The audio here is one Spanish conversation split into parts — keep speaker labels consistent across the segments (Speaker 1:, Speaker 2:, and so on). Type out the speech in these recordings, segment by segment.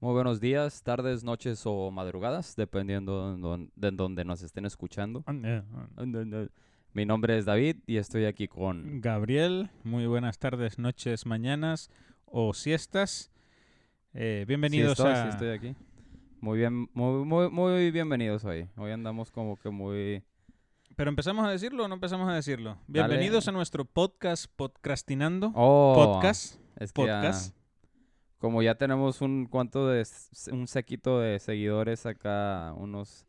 Speaker 1: Muy buenos días, tardes, noches o madrugadas, dependiendo de don- de donde nos estén escuchando.
Speaker 2: Ande, ande.
Speaker 1: Mi nombre es David y estoy aquí con...
Speaker 2: Mm, Gabriel, muy buenas tardes, noches, mañanas o siestas. Eh, bienvenidos
Speaker 1: Sí estoy,
Speaker 2: a...
Speaker 1: sí estoy aquí. Muy bien, muy, muy, muy bienvenidos hoy. Hoy andamos como que muy...
Speaker 2: Pero empezamos a decirlo o no empezamos a decirlo.
Speaker 1: Dale.
Speaker 2: Bienvenidos a nuestro podcast Podcastinando.
Speaker 1: Oh,
Speaker 2: podcast,
Speaker 1: Es que ya-
Speaker 2: podcast.
Speaker 1: como ya tenemos un cuánto de... s- un sequito de seguidores acá, unos...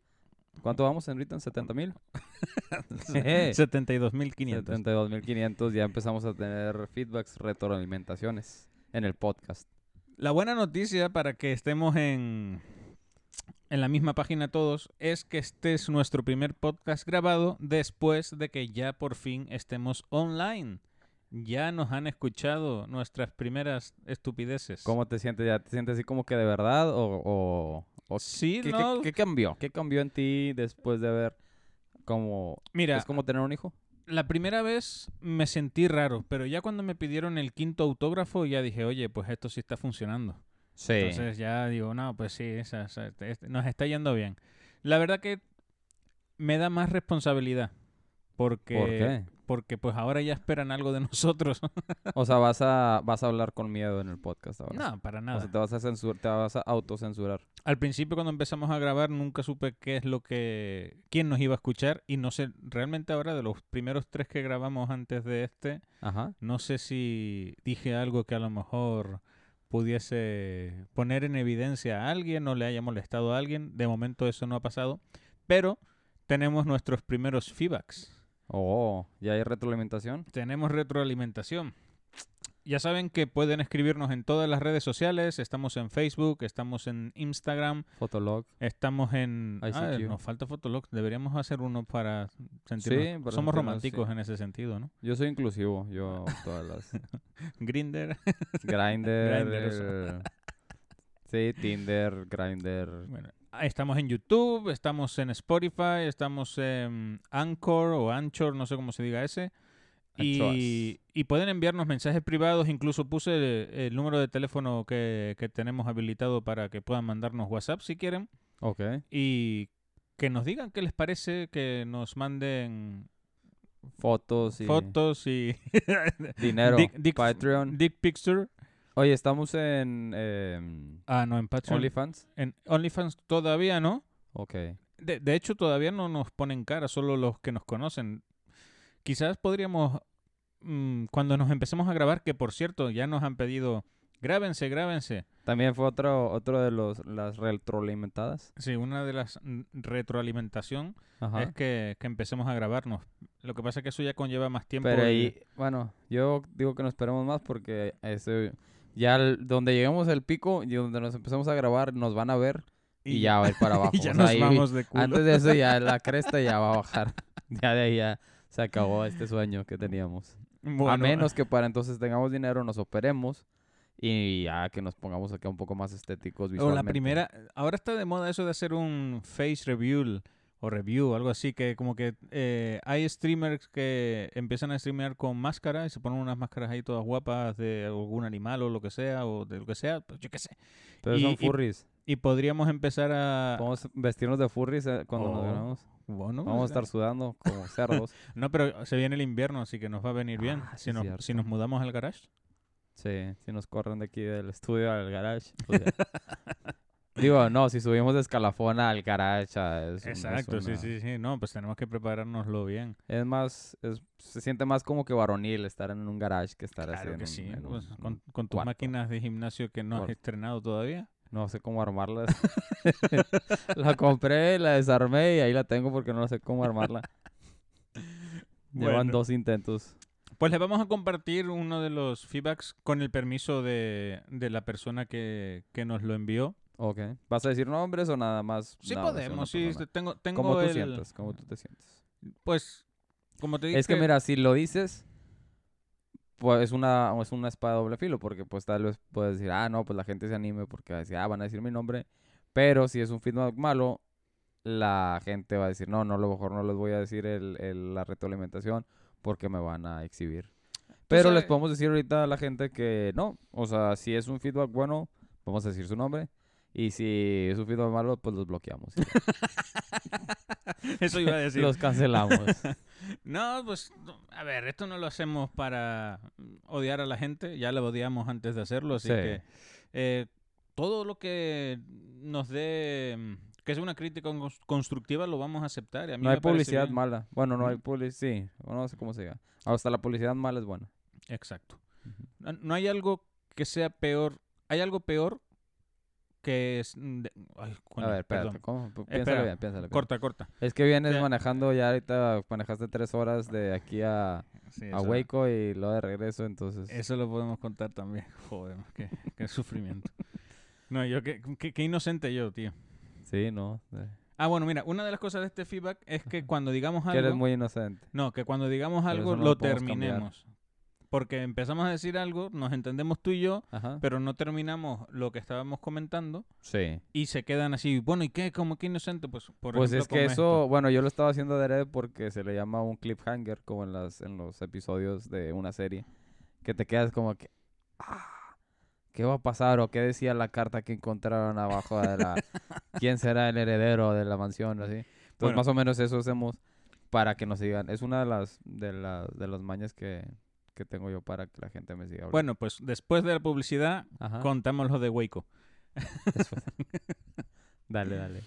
Speaker 1: ¿Cuánto vamos, Enritan? ¿70 mil?
Speaker 2: 72.500.
Speaker 1: 72.500. Ya empezamos a tener feedbacks, retroalimentaciones en el podcast.
Speaker 2: La buena noticia para que estemos en, en la misma página todos es que este es nuestro primer podcast grabado después de que ya por fin estemos online. Ya nos han escuchado nuestras primeras estupideces.
Speaker 1: ¿Cómo te sientes? ¿Ya te sientes así como que de verdad o...? o- o
Speaker 2: Sí,
Speaker 1: ¿Qué, qué-
Speaker 2: no.
Speaker 1: qué cambió? ¿Qué cambió en ti después de ver como...
Speaker 2: Mira,
Speaker 1: ¿Es como tener un hijo?
Speaker 2: la primera vez me sentí raro, pero ya cuando me pidieron el quinto autógrafo ya dije, oye, pues esto sí está funcionando.
Speaker 1: Sí.
Speaker 2: Entonces ya digo, no, pues sí, esa- esa- este- este- nos está yendo bien. La verdad que me da más responsabilidad. Porque,
Speaker 1: ¿Por qué?
Speaker 2: Porque pues ahora ya esperan algo de nosotros.
Speaker 1: O sea, vas a, vas a hablar con miedo en el podcast ahora.
Speaker 2: no, para
Speaker 1: O
Speaker 2: nada.
Speaker 1: sea, te vas a censurar, te vas a autocensurar.
Speaker 2: Al principio cuando empezamos a grabar nunca supe qué es lo que... quién nos iba a escuchar y no sé, realmente ahora de los primeros tres que grabamos antes de este,
Speaker 1: Ajá.
Speaker 2: no sé si dije algo que a lo mejor pudiese poner en evidencia a alguien o le haya molestado a alguien. De momento eso no ha pasado, pero tenemos nuestros primeros feedbacks.
Speaker 1: Oh, ¿ya hay retroalimentación?
Speaker 2: Tenemos retroalimentación. Ya saben que pueden escribirnos en todas las redes sociales. Estamos en Facebook, estamos en Instagram,
Speaker 1: Fotolog.
Speaker 2: estamos en... Ah,
Speaker 1: ICQ.
Speaker 2: nos falta Fotolog. Deberíamos hacer uno para sentirnos...
Speaker 1: para
Speaker 2: Somos
Speaker 1: sentirnos,
Speaker 2: románticos
Speaker 1: sí.
Speaker 2: en ese sentido, ¿no?
Speaker 1: Yo soy inclusivo. Yo todas las...
Speaker 2: Grinder.
Speaker 1: Grindr.
Speaker 2: Grindr, eso.
Speaker 1: eh, sí, Tinder, Grindr.
Speaker 2: Bueno, ah, estamos en YouTube, estamos en Spotify, estamos en Anchor o Anchor, no sé cómo se diga ese. Y, y pueden enviarnos mensajes privados, incluso puse el, el número de teléfono que, que tenemos habilitado para que puedan mandarnos WhatsApp si quieren.
Speaker 1: Ok.
Speaker 2: Y que nos digan qué les parece, que nos manden
Speaker 1: Fotos y
Speaker 2: fotos y
Speaker 1: dinero.
Speaker 2: Dick- dick-
Speaker 1: Patreon.
Speaker 2: dick picture.
Speaker 1: Oye, estamos en em,
Speaker 2: Ah, no, en Patreon.
Speaker 1: OnlyFans.
Speaker 2: en OnlyFans todavía no.
Speaker 1: Ok.
Speaker 2: De, de hecho, todavía no nos ponen cara, solo los que nos conocen. Quizás podríamos, mm, cuando nos empecemos a grabar, que por cierto, ya nos han pedido, grábense, grábense.
Speaker 1: También fue otro, otro de los, las retroalimentadas.
Speaker 2: Sí, una de las mm, retroalimentación
Speaker 1: Ajá.
Speaker 2: es que, que empecemos a grabarnos. Lo que pasa es que eso ya conlleva más tiempo.
Speaker 1: Pero
Speaker 2: y-
Speaker 1: ahí, bueno, yo digo que no esperemos más porque ese, ya el- donde lleguemos al pico y donde nos empezamos a grabar nos van a ver y, ya va a ir para abajo.
Speaker 2: y ya
Speaker 1: O sea,
Speaker 2: nos
Speaker 1: ahí-
Speaker 2: vamos de culo.
Speaker 1: Antes de eso ya la cresta ya va a bajar. Ya de ahí ya se acabó este sueño que teníamos. a
Speaker 2: Bueno, eh.
Speaker 1: menos que para entonces tengamos dinero, nos operemos y ya que nos pongamos acá un poco más estéticos
Speaker 2: O
Speaker 1: visualmente.
Speaker 2: la primera, ahora está de moda eso de hacer un face review o review, algo así, que como que eh, hay streamers que empiezan a streamear con máscara y se ponen unas máscaras ahí todas guapas de algún animal o lo que sea, o de lo que sea, pues yo qué sé.
Speaker 1: Pero
Speaker 2: y-
Speaker 1: son
Speaker 2: y-
Speaker 1: furries.
Speaker 2: Y podríamos empezar a...
Speaker 1: Podemos vestirnos de furries eh, cuando nos
Speaker 2: Oh.
Speaker 1: veamos.
Speaker 2: Bueno,
Speaker 1: Vamos a estar sudando como cerdos.
Speaker 2: No, pero se viene el invierno, así que nos va a venir bien.
Speaker 1: Ah, sí
Speaker 2: Si
Speaker 1: es
Speaker 2: nos, si
Speaker 1: cierto.
Speaker 2: nos mudamos al garage.
Speaker 1: Sí, si nos corren de aquí del estudio al garage. pues ya. Digo, no, si subimos de escalafón al garage. ah, es un- es
Speaker 2: Exacto, sí,
Speaker 1: una-
Speaker 2: sí, sí. No, pues tenemos que preparárnoslo bien.
Speaker 1: Es más, es- se siente más como que varonil estar en un garage que estar así
Speaker 2: Claro
Speaker 1: en
Speaker 2: que
Speaker 1: un-
Speaker 2: sí.
Speaker 1: en
Speaker 2: pues,
Speaker 1: un-
Speaker 2: con, con tus
Speaker 1: cuarto.
Speaker 2: máquinas de gimnasio que no has
Speaker 1: Cuarto.
Speaker 2: estrenado todavía.
Speaker 1: No sé cómo armarla. la compré, la desarmé y ahí la tengo porque no sé cómo armarla. Llevan
Speaker 2: Bueno.
Speaker 1: dos intentos.
Speaker 2: Pues les vamos a compartir uno de los feedbacks con el permiso de, de la persona que, que nos lo envió.
Speaker 1: Ok. ¿Vas a decir nombres o nada más?
Speaker 2: Sí
Speaker 1: nada más de pues, una
Speaker 2: podemos, sí. este,
Speaker 1: persona?
Speaker 2: Tengo, tengo
Speaker 1: ¿Cómo tú
Speaker 2: el-
Speaker 1: sientes? ¿Cómo tú te sientes?
Speaker 2: Pues, como te dije...
Speaker 1: Es que mira, si lo dices, pues es una, es una espada de doble filo, porque pues tal vez puedes decir, ah, no, pues la gente se anime porque va a decir, ah, van a decir mi nombre. Pero si es un feedback malo, la gente va a decir, no, no, a lo mejor no les voy a decir el, el- la retroalimentación porque me van a exhibir. Pero les
Speaker 2: sabes-
Speaker 1: podemos decir ahorita a la gente que no, o sea, si es un feedback bueno, vamos a decir su nombre. Y si es un feedback malo, pues los bloqueamos.
Speaker 2: Eso iba a decir.
Speaker 1: los cancelamos.
Speaker 2: No, pues, no, a ver, esto no lo hacemos para odiar a la gente. Ya la odiamos antes de hacerlo, así
Speaker 1: Sí.
Speaker 2: que eh, todo lo que nos dé, mm, que es una crítica cons- constructiva, lo vamos a aceptar. y a mí
Speaker 1: No hay
Speaker 2: me parece
Speaker 1: publicidad
Speaker 2: bien.
Speaker 1: mala. Bueno, no hay
Speaker 2: Ujú.
Speaker 1: publicidad. Sí, bueno, no sé cómo se diga. Hasta la publicidad mala es buena.
Speaker 2: Exacto. No, no hay algo que sea peor. Hay algo peor que es... mm, de- Ay, coño,
Speaker 1: a ver, espérate.
Speaker 2: perdón. Eh,
Speaker 1: ¿cómo? P-
Speaker 2: Espera,
Speaker 1: Piénsalo bien, piénsalo bien.
Speaker 2: Corta, corta.
Speaker 1: Es que vienes
Speaker 2: Ya.
Speaker 1: manejando ya ahorita, manejaste tres horas de aquí a,
Speaker 2: Sí,
Speaker 1: a
Speaker 2: eso-
Speaker 1: Waco y luego de regreso, entonces...
Speaker 2: Eso lo podemos contar también. Joder, qué, qué sufrimiento. No, yo qué, qué- qué inocente yo, tío.
Speaker 1: Sí, no. eh,
Speaker 2: Ah, bueno, mira, una de las cosas de este feedback es que cuando digamos
Speaker 1: Que eres
Speaker 2: algo...
Speaker 1: muy inocente.
Speaker 2: No, que cuando digamos
Speaker 1: Pero
Speaker 2: algo
Speaker 1: eso no
Speaker 2: lo,
Speaker 1: lo podemos cambiar.
Speaker 2: terminemos. Porque empezamos a decir algo, nos entendemos tú y yo,
Speaker 1: Ajá.
Speaker 2: pero no terminamos lo que estábamos comentando
Speaker 1: Sí.
Speaker 2: y se quedan así, bueno, ¿y qué? ¿Cómo que inocente? Pues, por
Speaker 1: Pues
Speaker 2: ejemplo,
Speaker 1: es que
Speaker 2: como
Speaker 1: eso,
Speaker 2: esto.
Speaker 1: bueno, yo lo estaba haciendo adrede porque se le llama un cliffhanger, como en, las, en los episodios de una serie, que te quedas como que, "Ah, ¿qué va a pasar? ¿O qué decía la carta que encontraron abajo de la... ¿Quién será el heredero de la mansión? Así. Entonces,
Speaker 2: Bueno.
Speaker 1: más o menos eso hacemos para que nos sigan. Es una de las, de las, de las mañas que, que tengo yo para que la gente me siga. hablando.
Speaker 2: Bueno, pues después de la publicidad,
Speaker 1: Ajá.
Speaker 2: contamos lo de Waco.
Speaker 1: Después. dale, dale.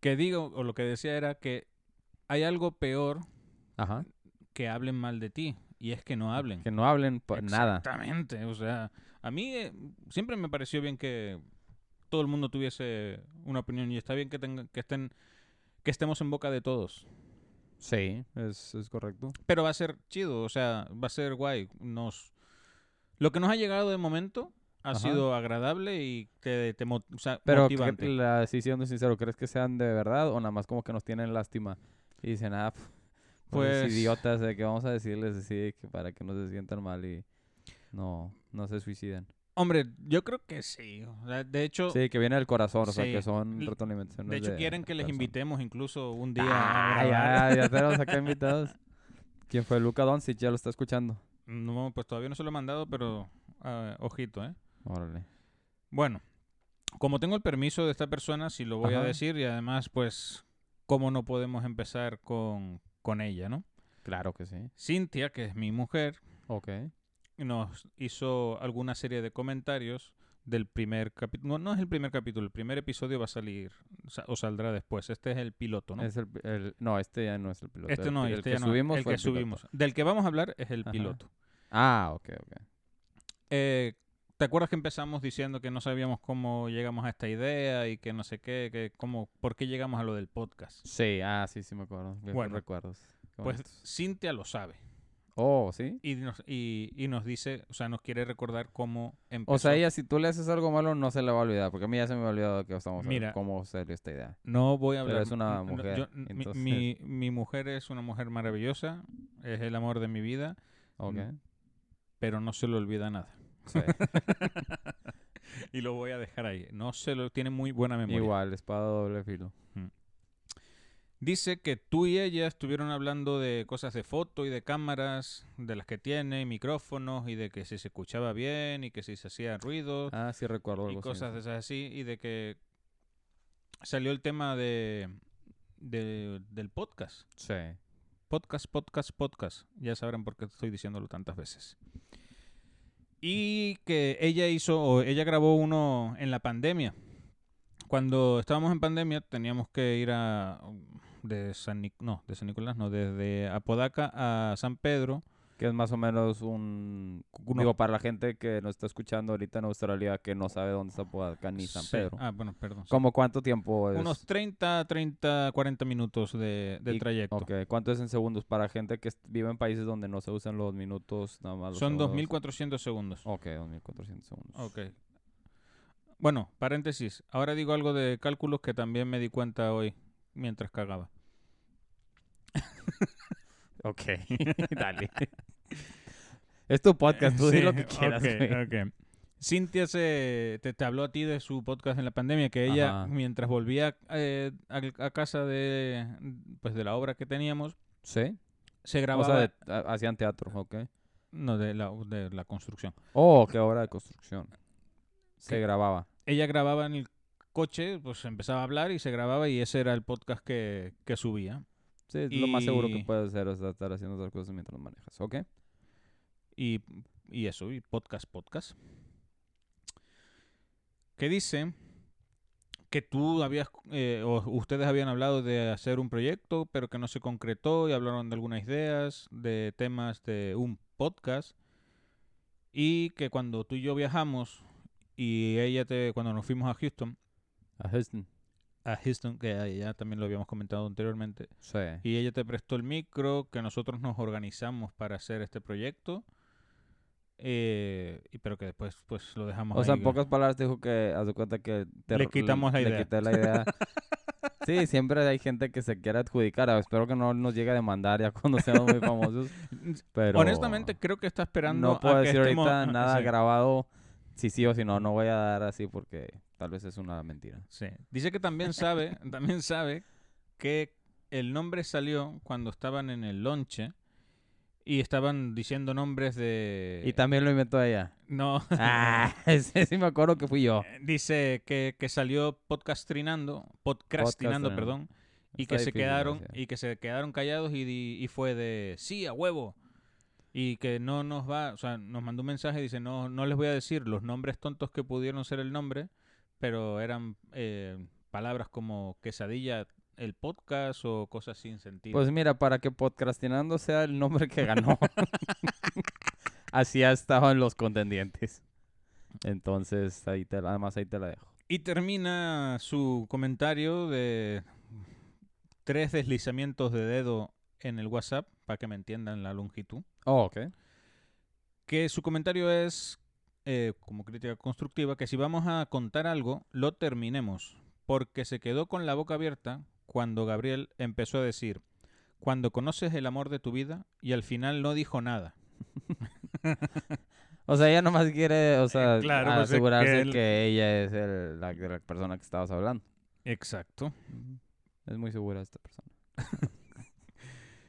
Speaker 2: Que digo, o lo que decía era que hay algo peor
Speaker 1: Ajá.
Speaker 2: que hablen mal de ti. Y es que no hablen.
Speaker 1: Que no hablen pa- nada.
Speaker 2: Exactamente. O sea, a mí eh, siempre me pareció bien que todo el mundo tuviese una opinión. Y está bien que, tenga- que, estén, que estemos en boca de todos.
Speaker 1: Sí, es, es correcto.
Speaker 2: Pero va a ser chido. O sea, va a ser guay. Nos, lo que nos ha llegado de momento ha
Speaker 1: Ajá.
Speaker 2: sido agradable y te, te mo- o sea,
Speaker 1: Pero que-
Speaker 2: motivante.
Speaker 1: la sí, siendo sincero, ¿crees que sean de verdad o nada más como que nos tienen lástima? Y dicen, ah, pf, pues
Speaker 2: Pues-
Speaker 1: idiotas, de que vamos a decirles así que para que no se sientan mal y no, no se suiciden.
Speaker 2: Hombre, yo creo que sí. O sea, de hecho,
Speaker 1: Sí, que viene del corazón, o sea,
Speaker 2: Sí.
Speaker 1: que son
Speaker 2: L-
Speaker 1: retroalimentaciones.
Speaker 2: de hecho quieren que les
Speaker 1: personas.
Speaker 2: invitemos incluso un día. a
Speaker 1: Ah,
Speaker 2: grabar.
Speaker 1: ya, ya tenemos acá invitados. ¿Quién fue? Luca Doncic, ya lo está escuchando.
Speaker 2: No, pues todavía no se lo he mandado, pero ah, ojito, ¿eh?
Speaker 1: Órale.
Speaker 2: Bueno, como tengo el permiso de esta persona, sí lo voy a
Speaker 1: Ajá.
Speaker 2: decir y además, pues, ¿cómo no podemos empezar con, con ella, no?
Speaker 1: Claro que sí.
Speaker 2: Cintia, que es mi mujer,
Speaker 1: Ok.
Speaker 2: nos hizo alguna serie de comentarios del primer capítulo. No, no es el primer capítulo, el primer episodio va a salir sa- o saldrá después. Este es el piloto, ¿no?
Speaker 1: Es el, el- no, este ya no es el piloto.
Speaker 2: este
Speaker 1: el,
Speaker 2: no,
Speaker 1: pi- el
Speaker 2: este
Speaker 1: que
Speaker 2: ya no,
Speaker 1: subimos
Speaker 2: el
Speaker 1: fue
Speaker 2: que
Speaker 1: piloto.
Speaker 2: subimos. Del que vamos a hablar es el
Speaker 1: Ajá.
Speaker 2: piloto.
Speaker 1: Ah, ok, ok.
Speaker 2: Eh, ¿Te acuerdas que empezamos diciendo que no sabíamos cómo llegamos a esta idea y que no sé qué, que cómo, por qué llegamos a lo del podcast?
Speaker 1: Sí, ah, sí, sí me acuerdo. Qué
Speaker 2: Bueno,
Speaker 1: recuerdos. Qué
Speaker 2: Pues
Speaker 1: bonitos.
Speaker 2: Cintia lo sabe
Speaker 1: Oh, sí.
Speaker 2: y nos, y, y nos dice, o sea, nos quiere recordar cómo empezó.
Speaker 1: O sea, ella, si tú le haces algo malo, no se le va a olvidar. Porque a mí ya se me ha olvidado que estamos
Speaker 2: Mira.
Speaker 1: Mira, cómo salió esta idea.
Speaker 2: No voy a
Speaker 1: pero
Speaker 2: hablar.
Speaker 1: es una
Speaker 2: no,
Speaker 1: mujer,
Speaker 2: yo- mi-
Speaker 1: entonces-
Speaker 2: mi, mi mujer es una mujer maravillosa, es el amor de mi vida,
Speaker 1: Ok.
Speaker 2: Mm. pero no se le olvida nada.
Speaker 1: Sí.
Speaker 2: Y lo voy a dejar ahí. No se lo tiene muy buena memoria.
Speaker 1: Igual, espada de doble filo.
Speaker 2: Dice que tú y ella estuvieron hablando de cosas de foto y de cámaras, de las que tiene, y micrófonos, y de que si se escuchaba bien, y que si se hacía ruido,
Speaker 1: Ah, sí, recuerdo
Speaker 2: y
Speaker 1: algo.
Speaker 2: cosas de
Speaker 1: así.
Speaker 2: esas así, y de que salió el tema de, de- del podcast.
Speaker 1: Sí.
Speaker 2: Podcast, podcast, podcast. Ya sabrán por qué estoy diciéndolo tantas veces. Y que ella hizo, o ella grabó uno en la pandemia. Cuando estábamos en pandemia teníamos que ir a um, de San Nic- no, de San Nicolás, no, desde Apodaca a San Pedro.
Speaker 1: Que es más o menos un.
Speaker 2: Uno-
Speaker 1: Digo, para la gente que nos está escuchando ahorita en Australia que no sabe dónde está Podaca ni San
Speaker 2: Sí.
Speaker 1: Pedro.
Speaker 2: Ah, bueno, perdón.
Speaker 1: ¿Cómo cuánto tiempo es?
Speaker 2: Unos 30, 30, 40 minutos de, de
Speaker 1: Y-
Speaker 2: trayecto.
Speaker 1: Ok, ¿cuánto es en segundos? Para gente que est- vive en países donde no se usan los minutos, nada más. los
Speaker 2: Son
Speaker 1: segundos.
Speaker 2: 2.400 segundos.
Speaker 1: Ok, 2400 segundos.
Speaker 2: Ok. Bueno, paréntesis. Ahora digo algo de cálculos que también me di cuenta hoy mientras cagaba.
Speaker 1: Ok, dale. es tu podcast, tú di lo que quieras.
Speaker 2: ok,
Speaker 1: güey.
Speaker 2: ok. Cintia se, te, te habló a ti de su podcast en la pandemia, que ella
Speaker 1: Ajá.
Speaker 2: mientras volvía eh, a, a casa de, pues, de la obra que teníamos,
Speaker 1: Sí.
Speaker 2: se
Speaker 1: O
Speaker 2: grababa...
Speaker 1: sea, de- ha- hacían teatro, ok.
Speaker 2: No, de la, de la construcción.
Speaker 1: Oh, qué obra de construcción. Se
Speaker 2: Sí.
Speaker 1: grababa.
Speaker 2: ella grababa en el coche, pues empezaba a hablar y se grababa y ese era el podcast que, que subía.
Speaker 1: Sí, es lo más seguro
Speaker 2: Y-
Speaker 1: que puedes hacer es estar haciendo otras cosas mientras manejas, ¿ok?
Speaker 2: Y, y eso, y podcast, podcast. Que dice que tú habías, eh, o ustedes habían hablado de hacer un proyecto, pero que no se concretó y hablaron de algunas ideas, de temas de un podcast. Y que cuando tú y yo viajamos y ella te, cuando nos fuimos a Houston,
Speaker 1: A Houston.
Speaker 2: a Houston, que a ella también lo habíamos comentado anteriormente,
Speaker 1: Sí.
Speaker 2: y ella te prestó el micro, que nosotros nos organizamos para hacer este proyecto, eh, y- pero que después pues lo dejamos
Speaker 1: O sea,
Speaker 2: ahí,
Speaker 1: en
Speaker 2: que-
Speaker 1: pocas palabras te dijo que haz de cuenta que te
Speaker 2: Le
Speaker 1: ro-
Speaker 2: quitamos la
Speaker 1: le
Speaker 2: idea.
Speaker 1: quité la idea. Sí, siempre hay gente que se quiere adjudicar. Ah, Espero que no nos llegue a demandar ya cuando seamos muy famosos. Pero
Speaker 2: Honestamente creo que está esperando
Speaker 1: no puedo
Speaker 2: a que
Speaker 1: decir
Speaker 2: estemos-
Speaker 1: ahorita
Speaker 2: ah,
Speaker 1: nada
Speaker 2: sí,
Speaker 1: grabado. Si sí o si no, no voy a dar así porque tal vez es una mentira.
Speaker 2: sí. Dice que también sabe, también sabe que el nombre salió cuando estaban en el lonche y estaban diciendo nombres de...
Speaker 1: Y también lo inventó ella.
Speaker 2: No.
Speaker 1: Eh, Ah, sí, sí me acuerdo que fui yo.
Speaker 2: Dice que, que salió podcastinando, podcastinando,
Speaker 1: Podcastinando.
Speaker 2: perdón, y
Speaker 1: Está
Speaker 2: que se
Speaker 1: difícil,
Speaker 2: quedaron
Speaker 1: gracias.
Speaker 2: y que se quedaron callados y, di- y fue de sí a huevo y que no nos va, o sea, nos mandó un mensaje dice no no les voy a decir los nombres tontos que pudieron ser el nombre, pero eran eh, palabras como quesadilla el podcast o cosas sin sentido.
Speaker 1: Pues mira, para que podcastinando sea el nombre que ganó. Así ya estaban los contendientes. Entonces, ahí te, la- además ahí te la dejo.
Speaker 2: Y termina su comentario de tres deslizamientos de dedo en el WhatsApp, para que me entiendan la longitud.
Speaker 1: Oh, ok.
Speaker 2: Que su comentario es, eh, como crítica constructiva, que si vamos a contar algo, lo terminemos. Porque se quedó con la boca abierta cuando Gabriel empezó a decir, cuando conoces el amor de tu vida, y al final no dijo nada.
Speaker 1: O sea, ella nomás quiere, o sea,
Speaker 2: claro, pues, es que
Speaker 1: asegurarse que,
Speaker 2: él-
Speaker 1: ella es el- la, de la persona que estabas hablando.
Speaker 2: Exacto.
Speaker 1: Es muy segura esta persona.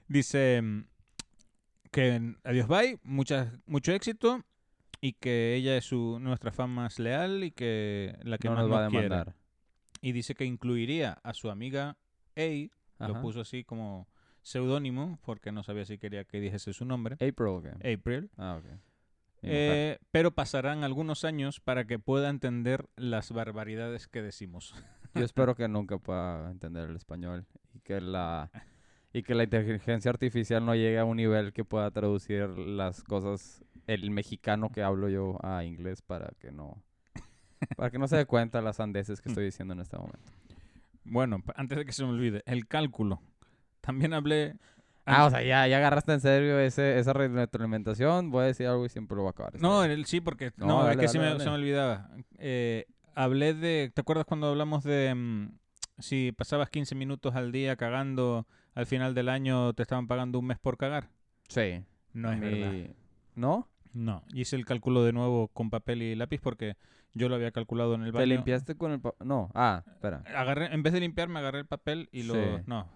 Speaker 2: Dice mm, que en- adiós bye, muchas, mucho éxito y que ella es su, nuestra fan más leal y que la que
Speaker 1: no
Speaker 2: más
Speaker 1: nos va a
Speaker 2: quiere.
Speaker 1: demandar.
Speaker 2: Y dice que incluiría a su amiga A, lo
Speaker 1: Ajá.
Speaker 2: puso así como seudónimo porque no sabía si quería que dijese su nombre,
Speaker 1: April, ok.
Speaker 2: April.
Speaker 1: Ah, ok. Mi mujer.
Speaker 2: Eh, pero pasarán algunos años para que pueda entender las barbaridades que decimos.
Speaker 1: Yo espero que nunca pueda entender el español y que la y que la inteligencia artificial no llegue a un nivel que pueda traducir las cosas el mexicano que hablo yo a inglés para que no para que no se dé cuenta las sandeces que estoy diciendo en este momento.
Speaker 2: Bueno, pa- antes de que se me olvide, el cálculo. También hablé
Speaker 1: Ah, o sea, ya, ya agarraste en serio ese, esa retroalimentación. Voy a decir algo y siempre lo voy a acabar. esta
Speaker 2: No,
Speaker 1: vez.
Speaker 2: el- sí, porque no,
Speaker 1: No,
Speaker 2: es
Speaker 1: dale,
Speaker 2: que sí
Speaker 1: dale,
Speaker 2: me-
Speaker 1: dale.
Speaker 2: se me olvidaba. Eh, hablé de, ¿te acuerdas cuando hablamos de mm, si pasabas 15 minutos al día cagando, al final del año te estaban pagando un mes por cagar?
Speaker 1: sí.
Speaker 2: No es verdad.
Speaker 1: mi- ¿No?
Speaker 2: No, hice el cálculo de nuevo con papel y lápiz porque yo lo había calculado en el
Speaker 1: ¿Te
Speaker 2: baño.
Speaker 1: limpiaste con el... pa- No, ah, espera.
Speaker 2: Agarré, en vez de limpiar me agarré el papel y lo
Speaker 1: Sí.
Speaker 2: no.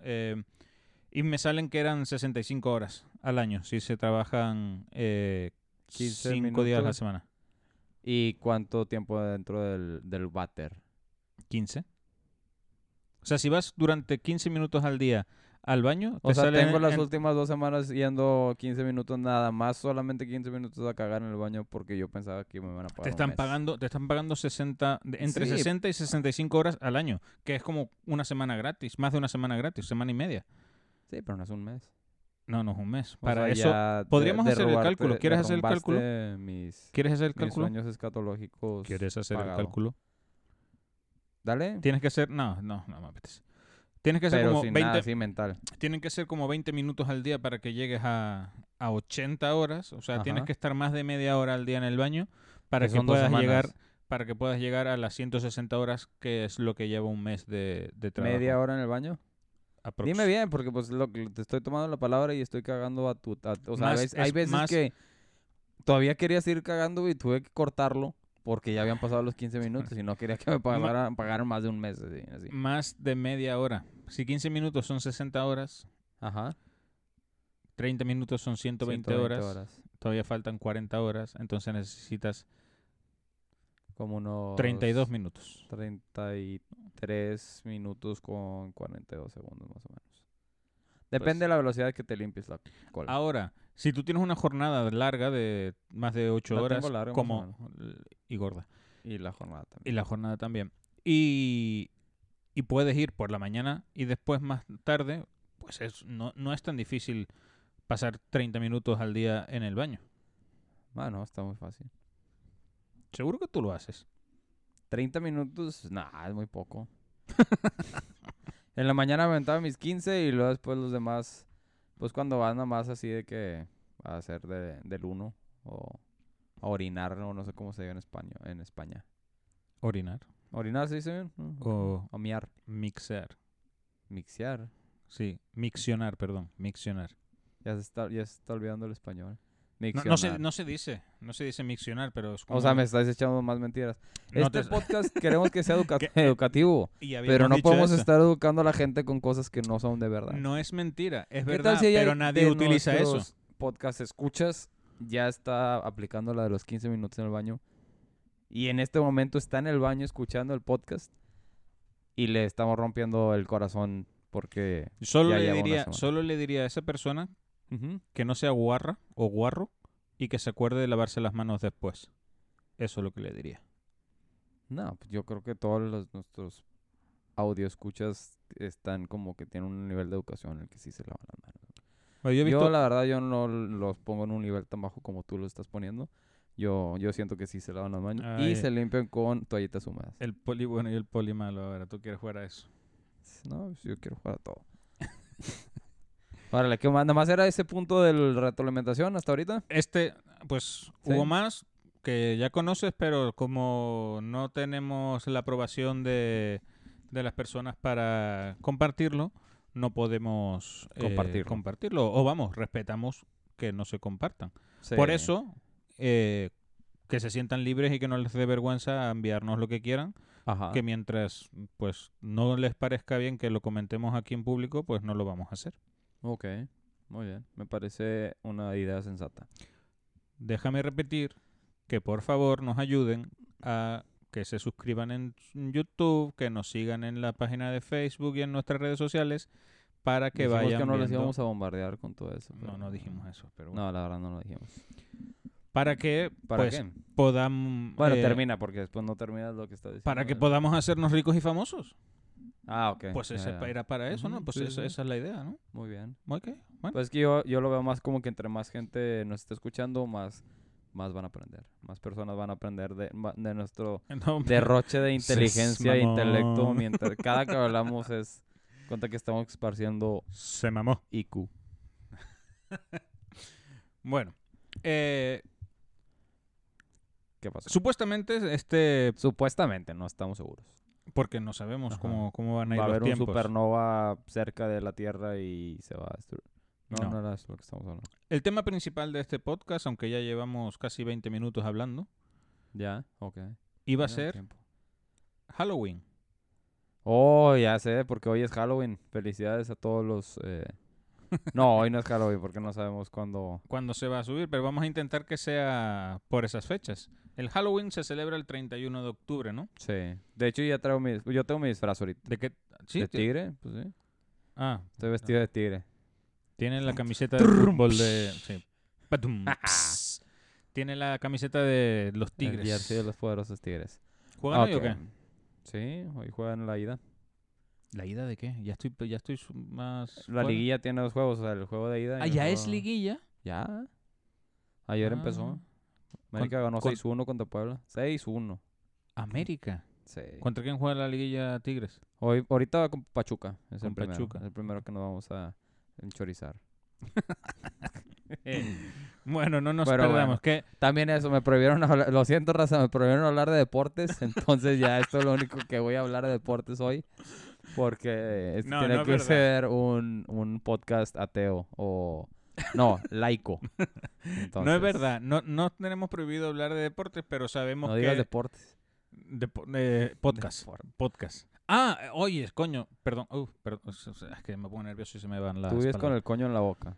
Speaker 2: Eh, y me salen que eran 65 horas al año si se trabajan
Speaker 1: 15
Speaker 2: 5 días a la
Speaker 1: minutos.
Speaker 2: semana.
Speaker 1: ¿Y cuánto tiempo dentro del, del váter?
Speaker 2: 15. O sea, si vas durante 15 minutos al día al baño,
Speaker 1: O
Speaker 2: te
Speaker 1: sea,
Speaker 2: sale
Speaker 1: tengo
Speaker 2: en-
Speaker 1: las
Speaker 2: en-
Speaker 1: últimas dos semanas yendo 15 minutos nada más, solamente 15 minutos a cagar en el baño porque yo pensaba que me iban a pagar. un
Speaker 2: te están
Speaker 1: mes.
Speaker 2: pagando, te están pagando 60 de- entre
Speaker 1: Sí.
Speaker 2: 60 y 65 horas al año, que es como una semana gratis, más de una semana gratis, semana y media.
Speaker 1: Sí, pero no es un mes.
Speaker 2: No, no es un mes.
Speaker 1: O
Speaker 2: Para
Speaker 1: sea,
Speaker 2: eso,
Speaker 1: ya de-
Speaker 2: podríamos hacer el
Speaker 1: derrubarte-
Speaker 2: cálculo. ¿Quieres hacer el cálculo?
Speaker 1: derrumbaste Mis,
Speaker 2: ¿quieres hacer el
Speaker 1: mis
Speaker 2: cálculo?
Speaker 1: sueños escatológicos.
Speaker 2: ¿Quieres hacer
Speaker 1: pagado.
Speaker 2: el cálculo?
Speaker 1: Dale.
Speaker 2: Tienes que hacer, no, no, no me apetece. Tienes que hacer
Speaker 1: Pero
Speaker 2: como
Speaker 1: sin
Speaker 2: 20,
Speaker 1: nada, así mental.
Speaker 2: tienen que ser como 20 minutos al día para que llegues a, a 80 horas. O sea, tienes
Speaker 1: Ajá.
Speaker 2: que estar más de media hora al día en el baño para
Speaker 1: Que
Speaker 2: que
Speaker 1: son dos
Speaker 2: puedas
Speaker 1: semanas.
Speaker 2: llegar para que puedas llegar a las 160 horas, que es lo que lleva un mes de, de trabajo.
Speaker 1: Media hora en el baño.
Speaker 2: aprox.
Speaker 1: Dime bien, porque pues lo, que- te estoy tomando la palabra y estoy cagando a tu... a- o sea,
Speaker 2: Más-
Speaker 1: ves- hay
Speaker 2: es
Speaker 1: veces
Speaker 2: más-
Speaker 1: que todavía quería seguir cagando y tuve que cortarlo porque ya habían pasado los 15 minutos y no quería que me pagaran, pagaran más de un mes. así- así.
Speaker 2: Más de media hora. Si 15 minutos son 60 horas,
Speaker 1: Ajá.
Speaker 2: 30 minutos son 120, horas, todavía faltan 40 horas, entonces necesitas
Speaker 1: Como unos
Speaker 2: 32 minutos.
Speaker 1: 33 minutos con 42 segundos más o menos.
Speaker 2: Pues
Speaker 1: Depende de la velocidad que te limpies la cola.
Speaker 2: Ahora, si tú tienes una jornada larga de más de 8
Speaker 1: La
Speaker 2: horas,
Speaker 1: tengo larga, más o
Speaker 2: como y gorda,
Speaker 1: y la jornada también.
Speaker 2: y la jornada también, y, y puedes ir por la mañana y después más tarde, pues es, no, no es tan difícil pasar 30 minutos al día en el baño.
Speaker 1: Ah, no, está muy fácil.
Speaker 2: Seguro que tú lo haces.
Speaker 1: 30 minutos, nah, es muy poco. en la mañana me aventaba mis 15 y luego después los demás, pues cuando vas nada más así de que a hacer de, del uno o a orinar, no, no sé cómo se dice en España. En España.
Speaker 2: Orinar
Speaker 1: ¿Orinar se dice bien? Mm, ok.
Speaker 2: o
Speaker 1: O miar,
Speaker 2: mixear.
Speaker 1: mixear.
Speaker 2: Sí, miccionar, perdón, miccionar.
Speaker 1: Ya se está, ya se está olvidando el español.
Speaker 2: No, no se,
Speaker 1: Miccionar.
Speaker 2: no se dice, no se dice miccionar, pero es como...
Speaker 1: O sea, me estáis echando más mentiras.
Speaker 2: no
Speaker 1: este
Speaker 2: te-
Speaker 1: podcast queremos que sea educa-
Speaker 2: Que-
Speaker 1: educativo,
Speaker 2: y habíamos
Speaker 1: pero no
Speaker 2: dicho
Speaker 1: podemos
Speaker 2: eso.
Speaker 1: estar educando a la gente con cosas que no son de verdad.
Speaker 2: No es mentira, es
Speaker 1: ¿Qué tal
Speaker 2: verdad,
Speaker 1: si ella
Speaker 2: pero nadie
Speaker 1: de
Speaker 2: utiliza eso.
Speaker 1: nuestros Podcast escuchas, ya está aplicando la de los 15 minutos en el baño. Y en este momento está en el baño escuchando el podcast. Y le estamos rompiendo el corazón porque.
Speaker 2: Solo
Speaker 1: Ya
Speaker 2: le,
Speaker 1: lleva una
Speaker 2: diría,
Speaker 1: semana.
Speaker 2: solo le diría a esa persona
Speaker 1: Ujú.
Speaker 2: que no sea guarra o guarro y que se acuerde de lavarse las manos después. Eso es lo que le diría.
Speaker 1: No, pues yo creo que todos los, nuestros audio escuchas están como que tienen un nivel de educación en el que sí se lavan las manos.
Speaker 2: Oye, yo he
Speaker 1: Yo,
Speaker 2: visto...
Speaker 1: la verdad, yo no los pongo en un nivel tan bajo como tú lo estás poniendo. Yo, yo siento que sí se lavan las manos
Speaker 2: Ay.
Speaker 1: y se limpian con toallitas húmedas.
Speaker 2: El poli bueno y el poli malo ahora, tú quieres jugar a eso.
Speaker 1: No, pues yo quiero jugar a todo. Órale, ¿qué más? Nada más era ese punto de la retroalimentación hasta ahorita.
Speaker 2: Este, pues hubo más que ya conoces, pero como no tenemos la aprobación de, de las personas para compartirlo, no podemos eh,
Speaker 1: Compartirlo.
Speaker 2: compartirlo. O vamos, respetamos que no se compartan. Por eso, eh, que se sientan libres y que no les dé vergüenza enviarnos lo que quieran,
Speaker 1: Ajá.
Speaker 2: que mientras pues no les parezca bien que lo comentemos aquí en público, pues no lo vamos a hacer.
Speaker 1: Ok, muy bien. Me parece una idea sensata.
Speaker 2: déjame repetir que por favor nos ayuden a que se suscriban en YouTube, que nos sigan en la página de Facebook y en nuestras redes sociales para que
Speaker 1: Dijimos
Speaker 2: vayan
Speaker 1: que no les
Speaker 2: viendo-
Speaker 1: íbamos a bombardear con todo eso.
Speaker 2: No, no dijimos eso, pero bueno.
Speaker 1: No, la verdad no lo dijimos.
Speaker 2: Para que
Speaker 1: ¿Para
Speaker 2: pues,
Speaker 1: qué?
Speaker 2: podamos
Speaker 1: Bueno,
Speaker 2: eh,
Speaker 1: termina, porque después no terminas lo que está diciendo.
Speaker 2: para que
Speaker 1: ¿verdad?
Speaker 2: podamos hacernos ricos y famosos.
Speaker 1: Ah, ok.
Speaker 2: Pues
Speaker 1: ya,
Speaker 2: ese
Speaker 1: ya.
Speaker 2: pa- era para eso, ¿no?
Speaker 1: Ujú,
Speaker 2: Pues
Speaker 1: sí,
Speaker 2: esa,
Speaker 1: sí.
Speaker 2: esa es la idea, ¿no?
Speaker 1: Muy bien.
Speaker 2: Ok, bueno.
Speaker 1: Pues es que yo, yo lo veo más como que entre más gente nos esté escuchando, más, más van a aprender. Más personas van a aprender de, ma- de nuestro
Speaker 2: No,
Speaker 1: derroche de
Speaker 2: Seas
Speaker 1: inteligencia e intelecto.
Speaker 2: mamón.
Speaker 1: Mientras cada que hablamos es cuenta que estamos esparciendo
Speaker 2: se mamó.
Speaker 1: IQ.
Speaker 2: Bueno, eh,
Speaker 1: ¿Qué pasó?
Speaker 2: supuestamente este,
Speaker 1: Supuestamente, no estamos seguros.
Speaker 2: porque no sabemos
Speaker 1: Ajá.
Speaker 2: cómo, cómo van a ir
Speaker 1: Va a
Speaker 2: los
Speaker 1: haber un
Speaker 2: tiempos.
Speaker 1: supernova cerca de la Tierra y se va a destruir. No,
Speaker 2: No.
Speaker 1: no, era eso lo que estamos hablando.
Speaker 2: El tema principal de este podcast, aunque ya llevamos casi 20 minutos hablando,
Speaker 1: Ya, ok.
Speaker 2: iba a
Speaker 1: Ya,
Speaker 2: ser
Speaker 1: tiempo.
Speaker 2: Halloween.
Speaker 1: Oh, ya sé, porque hoy es Halloween. Felicidades a todos los... eh, No, hoy no es Halloween porque no sabemos cuándo...
Speaker 2: Cuando se va a subir, pero vamos a intentar que sea por esas fechas. El Halloween se celebra el 31 de octubre, ¿no?
Speaker 1: Sí. De hecho, ya traigo mi... Yo tengo mi disfraz ahorita.
Speaker 2: ¿De qué? Sí,
Speaker 1: ¿De
Speaker 2: ti-
Speaker 1: tigre? Pues sí.
Speaker 2: Ah,
Speaker 1: Estoy vestido de tigre.
Speaker 2: tiene la camiseta de fútbol de. Sí. Patum,
Speaker 1: Ah,
Speaker 2: ps. tiene la camiseta de los
Speaker 1: El
Speaker 2: Tigres.
Speaker 1: jersey de los poderosos tigres.
Speaker 2: ¿Juegan hoy o
Speaker 1: Ok.
Speaker 2: qué?
Speaker 1: Sí, hoy juegan la ida.
Speaker 2: ¿La ida de qué? Ya estoy, ya estoy su- más.
Speaker 1: La
Speaker 2: fuera.
Speaker 1: liguilla tiene dos juegos, o sea, el juego de ida. y
Speaker 2: Ah,
Speaker 1: el
Speaker 2: ya es
Speaker 1: juego-
Speaker 2: liguilla. Ah.
Speaker 1: Ya. Ayer empezó. América ganó
Speaker 2: con-
Speaker 1: 6-1 contra Puebla. 6-1.
Speaker 2: Ah, América.
Speaker 1: Sí.
Speaker 2: ¿Contra quién juega la liguilla Tigres?
Speaker 1: Hoy, ahorita va con Pachuca. Es
Speaker 2: Con
Speaker 1: el primero.
Speaker 2: Pachuca.
Speaker 1: es el primero que nos vamos a enchorizar.
Speaker 2: Eh, Bueno, no nos
Speaker 1: Pero
Speaker 2: perdamos. que
Speaker 1: También eso, me prohibieron hablar, lo siento Raza, me prohibieron hablar de deportes, entonces ya esto es lo único que voy a hablar de deportes hoy, porque este
Speaker 2: No,
Speaker 1: tiene
Speaker 2: no es
Speaker 1: que
Speaker 2: verdad.
Speaker 1: ser un, un podcast ateo o... No, laico.
Speaker 2: No es
Speaker 1: Entonces,
Speaker 2: verdad, no, no tenemos prohibido hablar de deportes, pero sabemos
Speaker 1: No
Speaker 2: que...
Speaker 1: digas deportes.
Speaker 2: depo- eh, podcast, podcast. Ah, eh, oye, coño, perdón, uh, perdón, o sea, es que me pongo nervioso y se me van las
Speaker 1: Tú vives con
Speaker 2: palabras.
Speaker 1: el coño en la boca.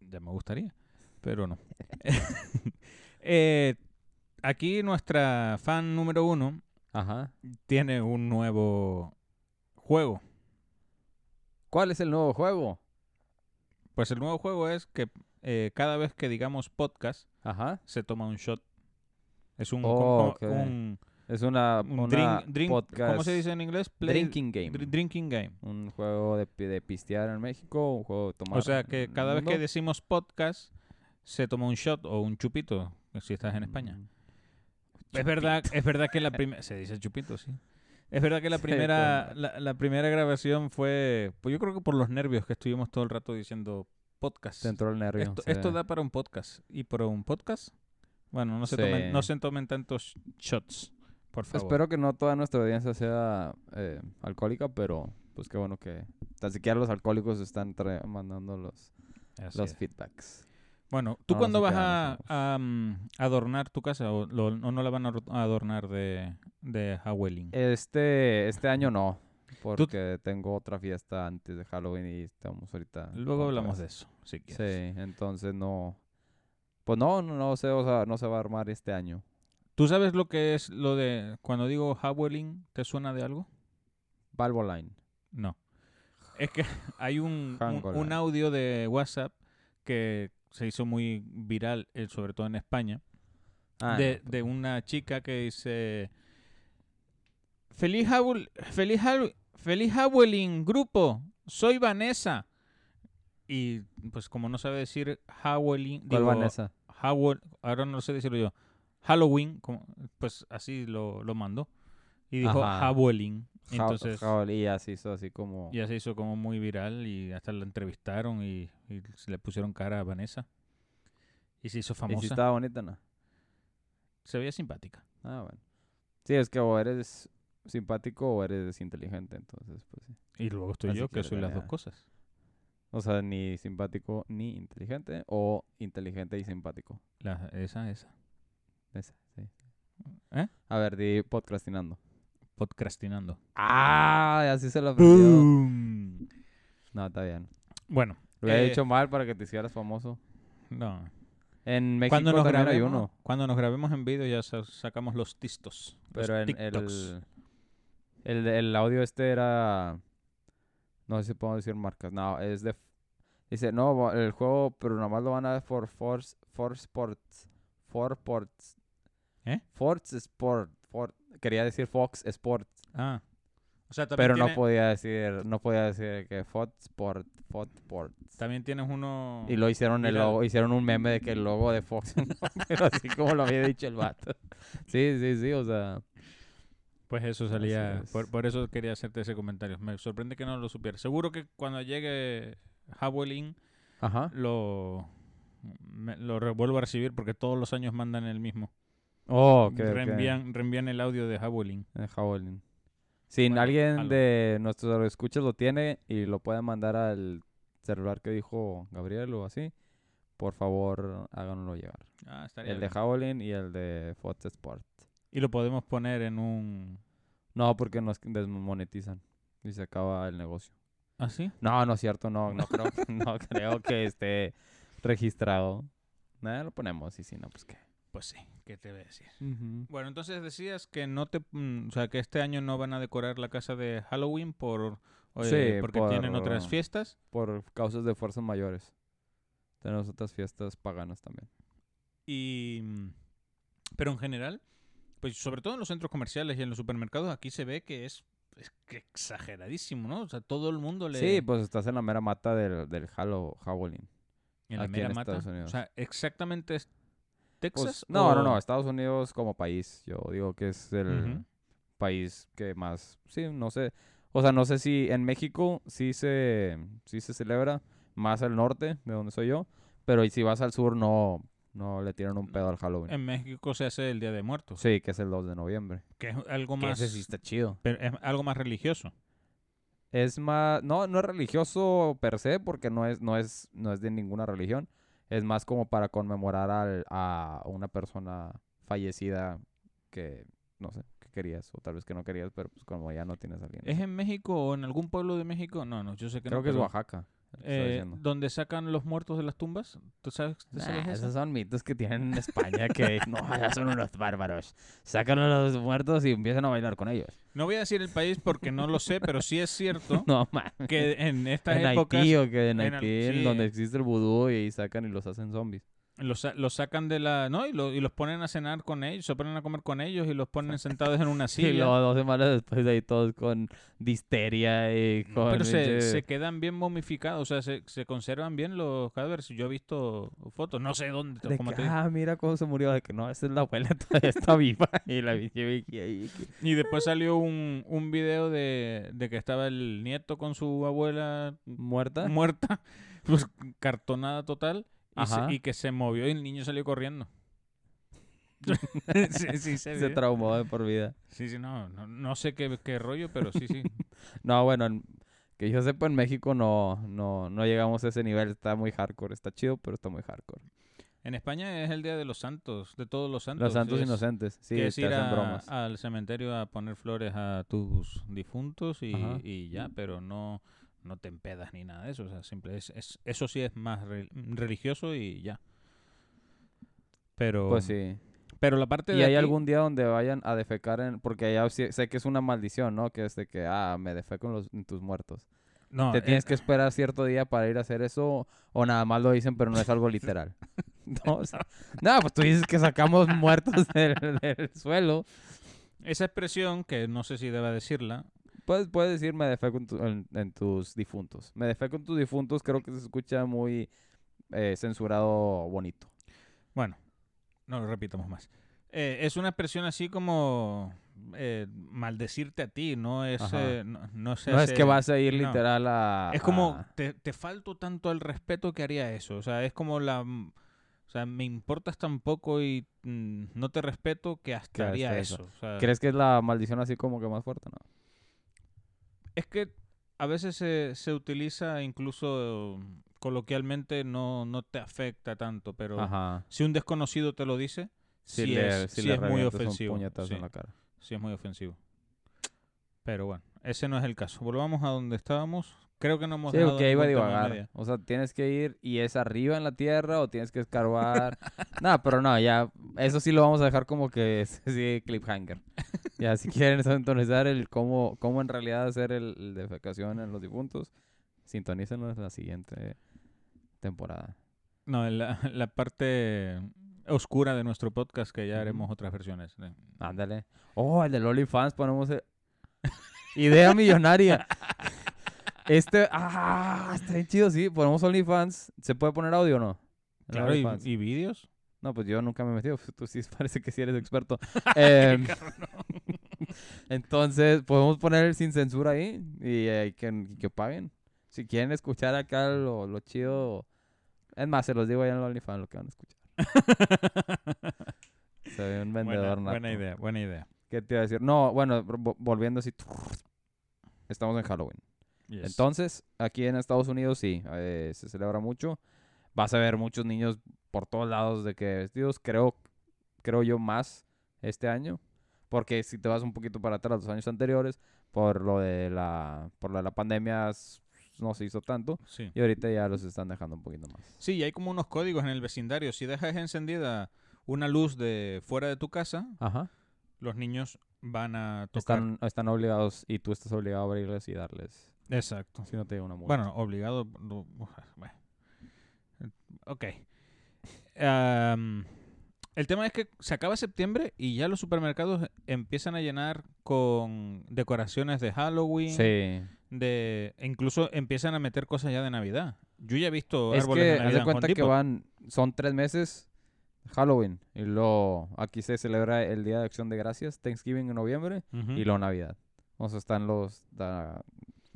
Speaker 2: Ya me gustaría, pero no. Eh, aquí nuestra fan número uno
Speaker 1: Ajá.
Speaker 2: tiene un nuevo juego.
Speaker 1: ¿Cuál es el nuevo juego?
Speaker 2: Pues el nuevo juego es que eh, cada vez que digamos podcast
Speaker 1: Ajá.
Speaker 2: se toma un shot. Es un,
Speaker 1: Oh,
Speaker 2: como-
Speaker 1: ok.
Speaker 2: un-
Speaker 1: Es una,
Speaker 2: un
Speaker 1: una
Speaker 2: drink- drink-
Speaker 1: podcast.
Speaker 2: ¿Cómo se dice en inglés? Play-
Speaker 1: Drinking game.
Speaker 2: dr- drinking game.
Speaker 1: Un juego de, pi- de pistear en México, un juego de tomar.
Speaker 2: O sea
Speaker 1: en
Speaker 2: que
Speaker 1: el
Speaker 2: cada vez que
Speaker 1: mundo.
Speaker 2: decimos podcast se toma un shot o un chupito si estás en España.
Speaker 1: Mm.
Speaker 2: Es verdad, es verdad que la primera se dice chupito, sí. Es verdad que la
Speaker 1: Sí,
Speaker 2: primera
Speaker 1: claro.
Speaker 2: la, la primera grabación fue pues yo creo que por los nervios que estuvimos todo el rato diciendo podcast.
Speaker 1: Te entró el nervio.
Speaker 2: Esto,
Speaker 1: sí.
Speaker 2: esto da para un podcast y para un podcast bueno, no se tomen
Speaker 1: Sí. Pues
Speaker 2: no se tomen tantos shots, por favor.
Speaker 1: Espero que no toda nuestra audiencia sea eh, alcohólica, pero pues qué bueno que tan siquiera los alcohólicos están tra- mandando los,
Speaker 2: Así
Speaker 1: los
Speaker 2: es.
Speaker 1: feedbacks.
Speaker 2: Bueno,
Speaker 1: No,
Speaker 2: ¿tú
Speaker 1: no
Speaker 2: cuándo
Speaker 1: se
Speaker 2: vas
Speaker 1: quedan
Speaker 2: a,
Speaker 1: los
Speaker 2: a, mm, adornar tu casa o, lo- o no la van a ro- a adornar de, de Halloween?
Speaker 1: Este, este año no, porque tengo otra fiesta antes de Halloween y estamos ahorita.
Speaker 2: Luego hablamos de eso, si
Speaker 1: Sí,
Speaker 2: quieres.
Speaker 1: entonces no. Pues no, no, no sé, o sea, no se va a armar este año.
Speaker 2: ¿Tú sabes lo que es lo de cuando digo Halloween? ¿Te suena de algo?
Speaker 1: Valvoline.
Speaker 2: No. Es que hay un, un,
Speaker 1: Hangola.
Speaker 2: un audio de WhatsApp que se hizo muy viral, eh, sobre todo en España,
Speaker 1: Ah,
Speaker 2: de, de una chica que dice Feliz Halloween, feliz Hallow- feliz Halloween, grupo, soy Vanessa. Y pues como no sabe decir Halloween,
Speaker 1: no. ¿Cuál
Speaker 2: digo,
Speaker 1: Vanessa?
Speaker 2: Howell- ahora no sé decirlo yo, Halloween, como- pues así lo, lo mandó. Y dijo
Speaker 1: Ajá.
Speaker 2: Halloween.
Speaker 1: Ja-
Speaker 2: Entonces,
Speaker 1: Jaol- y así hizo así como.
Speaker 2: ya se hizo como muy viral y hasta la entrevistaron y, y se le pusieron cara a Vanessa. Y se hizo
Speaker 1: Y si
Speaker 2: famosa.
Speaker 1: estaba bonita, ¿no?
Speaker 2: Se veía simpática.
Speaker 1: Ah, bueno. Sí, es que o eres simpático o eres inteligente, entonces, pues sí.
Speaker 2: Y luego estoy
Speaker 1: Así
Speaker 2: yo,
Speaker 1: que
Speaker 2: que soy las dos
Speaker 1: tenía-
Speaker 2: cosas.
Speaker 1: O sea, ni simpático ni inteligente o inteligente y simpático.
Speaker 2: La- esa, esa.
Speaker 1: Esa, sí.
Speaker 2: ¿Eh?
Speaker 1: A ver, di podcastinando.
Speaker 2: Podcastinando.
Speaker 1: Ah, así se lo aprendió.
Speaker 2: Boom.
Speaker 1: No, está bien.
Speaker 2: Bueno,
Speaker 1: Lo he
Speaker 2: Eh,
Speaker 1: dicho mal para que te hicieras famoso.
Speaker 2: no.
Speaker 1: En México
Speaker 2: Cuando nos,
Speaker 1: también hay
Speaker 2: grabemos,
Speaker 1: uno,
Speaker 2: cuando nos grabemos en vídeo ya sa- sacamos los tistos. los
Speaker 1: pero en
Speaker 2: TikToks.
Speaker 1: el, el el audio este era no sé si puedo decir marcas. No, es de dice, "No, va- el juego pero nomás lo van a ver por Force Force Sports, For Sports."
Speaker 2: ¿Eh?
Speaker 1: Force Sport, For- quería decir Fox Sports,
Speaker 2: Ah. O sea, también
Speaker 1: pero
Speaker 2: tiene-
Speaker 1: no podía decir, no podía decir que Fox Sport, Fox Sport.
Speaker 2: También tienes uno.
Speaker 1: Y lo hicieron el
Speaker 2: Mira.
Speaker 1: logo, hicieron un meme de que el logo de Fox, pero así como lo había dicho el vato. Sí, sí, sí, o sea,
Speaker 2: Pues eso salía.
Speaker 1: Así es.
Speaker 2: Por, por eso quería hacerte ese comentario. Me sorprende que no lo supieras. Seguro que cuando llegue Halloween
Speaker 1: ajá.
Speaker 2: lo. me- lo re- vuelvo a recibir porque todos los años mandan el mismo.
Speaker 1: Oh, ok, ok.
Speaker 2: reenvían, reenvían el audio de Halloween.
Speaker 1: En Javelin. Si
Speaker 2: Bueno,
Speaker 1: alguien
Speaker 2: algo.
Speaker 1: de nuestros escuchas lo tiene y lo puede mandar al celular que dijo Gabriel o así, por favor háganlo llegar.
Speaker 2: Ah, estaría
Speaker 1: El de
Speaker 2: bien.
Speaker 1: Javelin y el de Fox Sport.
Speaker 2: Y lo podemos poner en un.
Speaker 1: No, porque nos desmonetizan y se acaba el negocio.
Speaker 2: ¿Ah, sí?
Speaker 1: No, no es cierto, no, no creo, que- no creo que esté registrado. Nada, lo ponemos y si no, pues qué.
Speaker 2: Pues sí, ¿qué te voy a decir? Bueno, entonces decías que no te. mm, O sea, que este año no van a decorar la casa de Halloween por. eh,
Speaker 1: Sí,
Speaker 2: porque tienen otras
Speaker 1: por-
Speaker 2: fiestas.
Speaker 1: Por causas de fuerzas mayores. Tenemos otras fiestas paganas también.
Speaker 2: Y. mm, Pero en general, pues sobre todo en los centros comerciales y en los supermercados, aquí se ve que es, es que exageradísimo, ¿no? O sea, todo el mundo le.
Speaker 1: Sí, pues estás en la mera mata del, del Hallo- Halloween.
Speaker 2: en la
Speaker 1: aquí en
Speaker 2: mera mata.
Speaker 1: Estados
Speaker 2: O
Speaker 1: Unidos.
Speaker 2: sea, exactamente es
Speaker 1: Pues,
Speaker 2: Texas.
Speaker 1: no, no,
Speaker 2: o-
Speaker 1: no, Estados Unidos como país, yo digo que es el
Speaker 2: Ujú.
Speaker 1: país que más, sí, no sé, o sea, no sé si en México sí se, sí se celebra, más al norte, de donde soy yo, pero y si vas al sur no, no le tiran un pedo al Halloween.
Speaker 2: En México se hace el Día de Muertos,
Speaker 1: Sí, que es el 2 de noviembre.
Speaker 2: que es algo
Speaker 1: Que
Speaker 2: más.
Speaker 1: ese sí está chido.
Speaker 2: pero es algo más religioso.
Speaker 1: Es más, no, no es religioso per se, porque no es, no es, no es de ninguna religión. Es más como para conmemorar al- a una persona fallecida que, no sé, que querías, o tal vez que no querías, pero pues como ya no tienes a alguien.
Speaker 2: ¿Es en México o en algún pueblo de México? No, no, Eh, yo sé que
Speaker 1: Creo
Speaker 2: no.
Speaker 1: que es
Speaker 2: pero
Speaker 1: Oaxaca.
Speaker 2: eh, donde sacan los muertos de las tumbas. ¿Tú sabes, tú sabes
Speaker 1: Nah,
Speaker 2: eso?
Speaker 1: esos son mitos que tienen en España que no, ya son unos bárbaros. Sacan a los muertos y empiezan a bailar con ellos.
Speaker 2: No voy a decir el país porque no lo sé, pero sí es cierto
Speaker 1: No mames.
Speaker 2: que en estas
Speaker 1: En
Speaker 2: épocas
Speaker 1: Haití o que en
Speaker 2: en al-
Speaker 1: Haití, en
Speaker 2: sí,
Speaker 1: donde
Speaker 2: eh.
Speaker 1: existe el vudú y ahí sacan y los hacen zombies.
Speaker 2: los, sa- los sacan de la... ¿no? Y, lo- y los ponen a cenar con ellos, se ponen a comer con ellos y los ponen sentados en una
Speaker 1: Sí, y
Speaker 2: silla.
Speaker 1: luego dos semanas después de ahí todos con disteria y
Speaker 2: No,
Speaker 1: con...
Speaker 2: Mm, pero se,
Speaker 1: pinche-
Speaker 2: se quedan bien momificados, o sea, se, se conservan bien los cadáveres. Yo he visto fotos, no sé dónde,
Speaker 1: de
Speaker 2: como
Speaker 1: que,
Speaker 2: te digo.
Speaker 1: ah, mira cómo se murió, de que no, esa es la abuela, todavía está viva. Y la pinche viejilla ahí, que-
Speaker 2: Y después salió un, un video de, de que estaba el nieto con su abuela
Speaker 1: muerta.
Speaker 2: muerta, pues, cartonada total, y, se-
Speaker 1: Ajá.
Speaker 2: y que se movió y el niño salió corriendo. sí, sí,
Speaker 1: Se
Speaker 2: se vio.
Speaker 1: traumó de por vida.
Speaker 2: sí, sí, no, no, no sé qué, qué rollo, pero sí, sí.
Speaker 1: No, bueno, en- que yo sepa, en México no, no, no llegamos a ese nivel. Está muy hardcore. Está chido, pero está muy hardcore.
Speaker 2: En España es el Día de los Santos, de todos los santos.
Speaker 1: Los santos
Speaker 2: es-
Speaker 1: inocentes. Sí,
Speaker 2: que
Speaker 1: te
Speaker 2: es ir
Speaker 1: hacen
Speaker 2: a-
Speaker 1: bromas.
Speaker 2: al cementerio a poner flores a tus difuntos y,
Speaker 1: Ajá.
Speaker 2: y ya, pero no, no te empedas ni nada de eso. O sea, simple es, es- eso sí es más re- religioso y ya. Pero,
Speaker 1: Pues sí.
Speaker 2: pero la parte
Speaker 1: ¿Y
Speaker 2: de
Speaker 1: hay
Speaker 2: aquí-
Speaker 1: algún día donde vayan a defecar en...? Porque allá sí- sé que es una maldición, ¿no? Que es de que, ah, me defeco en, los, en tus muertos.
Speaker 2: no,
Speaker 1: ¿Te
Speaker 2: eh,
Speaker 1: tienes que esperar cierto día para ir a hacer eso? ¿O nada más lo dicen, pero no es algo literal? No, o sea, no, pues tú dices que sacamos muertos del, del suelo.
Speaker 2: esa expresión que no sé si deba decirla,
Speaker 1: Puedes, puedes decir me defeco en, tu- en- en tus difuntos. Me defeco en tus difuntos creo que se escucha muy eh, censurado bonito.
Speaker 2: bueno, no lo repitamos más. Eh, es una expresión así como eh, maldecirte a ti, no es,
Speaker 1: Ajá.
Speaker 2: eh, no, no se
Speaker 1: no es
Speaker 2: hace-
Speaker 1: que vas a ir
Speaker 2: no.
Speaker 1: literal a... Ah.
Speaker 2: Es como,
Speaker 1: a-
Speaker 2: te, te falto tanto al respeto que haría eso. O sea, es como la... mm, O sea, me importas tan poco y mm, no te respeto que hasta
Speaker 1: Que hasta
Speaker 2: haría
Speaker 1: eso.
Speaker 2: eso. O sea,
Speaker 1: ¿Crees que es la maldición así como que más fuerte, no?
Speaker 2: es que a veces se, se utiliza incluso mm, coloquialmente, no, no te afecta tanto, pero
Speaker 1: Ajá.
Speaker 2: si un desconocido te lo dice, sí, es, sí es muy
Speaker 1: revientas un
Speaker 2: ofensivo.
Speaker 1: puñetazo
Speaker 2: Sí,
Speaker 1: en la cara.
Speaker 2: sí es muy ofensivo. Pero bueno, ese no es el caso. Volvamos a donde estábamos. Creo que no hemos
Speaker 1: Sí,
Speaker 2: dejado
Speaker 1: que iba a
Speaker 2: ningún tema a
Speaker 1: divagar.
Speaker 2: media.
Speaker 1: O sea, tienes que ir y es arriba en la tierra o tienes que escarbar. no, pero no, ya. Eso sí lo vamos a dejar como que es sí, cliffhanger. Ya, si quieren sintonizar el cómo, cómo en realidad hacer el, el defecación en los difuntos, sintonícenlo en la siguiente temporada.
Speaker 2: No, la, la parte oscura de nuestro podcast que ya
Speaker 1: Ujú.
Speaker 2: haremos otras versiones. ¿eh?
Speaker 1: Ándale. Oh, el del OnlyFans ponemos. el- Idea millonaria. Este. Ah, está bien chido, sí. Ponemos OnlyFans. ¿Se puede poner audio o no? En
Speaker 2: Claro, y,
Speaker 1: OnlyFans.
Speaker 2: y vídeos.
Speaker 1: No, pues yo nunca me he metido. pues Tú sí parece que sí eres experto. Em, entonces, podemos poner el sin censura ahí y, eh, y que, y que paguen. Si quieren escuchar acá lo, lo chido. Es más, se los digo allá en el OnlyFans lo que van a escuchar. Se ve un
Speaker 2: buena,
Speaker 1: vendedor nato.
Speaker 2: buena idea, buena idea.
Speaker 1: ¿Qué te iba a decir? No, bueno, vo- volviendo así. Estamos en Halloween.
Speaker 2: Yes.
Speaker 1: Entonces, aquí en Estados Unidos sí, eh, se celebra mucho. Vas a ver muchos niños por todos lados de que vestidos, creo, creo yo más este año. Porque si te vas un poquito para atrás, los años anteriores, por lo de la, por lo de la pandemia s- no se hizo tanto.
Speaker 2: sí.
Speaker 1: Y ahorita ya los están dejando un poquito más.
Speaker 2: Sí, y hay como unos códigos en el vecindario. Si dejas encendida una luz de fuera de tu casa,
Speaker 1: Ajá.
Speaker 2: los niños van a tocar.
Speaker 1: Están, están obligados y tú estás obligado a abrirles y darles.
Speaker 2: Exacto.
Speaker 1: Si no te llega una multa.
Speaker 2: Bueno, obligado. no, Bueno. Ok. Am, el tema es que se acaba septiembre y ya los supermercados empiezan a llenar con decoraciones de Halloween.
Speaker 1: sí.
Speaker 2: De, e incluso empiezan a meter cosas ya de Navidad. Yo ya he visto
Speaker 1: Es
Speaker 2: árboles
Speaker 1: que
Speaker 2: de
Speaker 1: haz
Speaker 2: Navidad.
Speaker 1: de
Speaker 2: en
Speaker 1: cuenta
Speaker 2: Home
Speaker 1: que
Speaker 2: Depot.
Speaker 1: van, son tres meses Halloween y luego aquí se celebra el Día de Acción de Gracias, Thanksgiving en noviembre
Speaker 2: Ujú.
Speaker 1: y luego Navidad. O sea, están los da-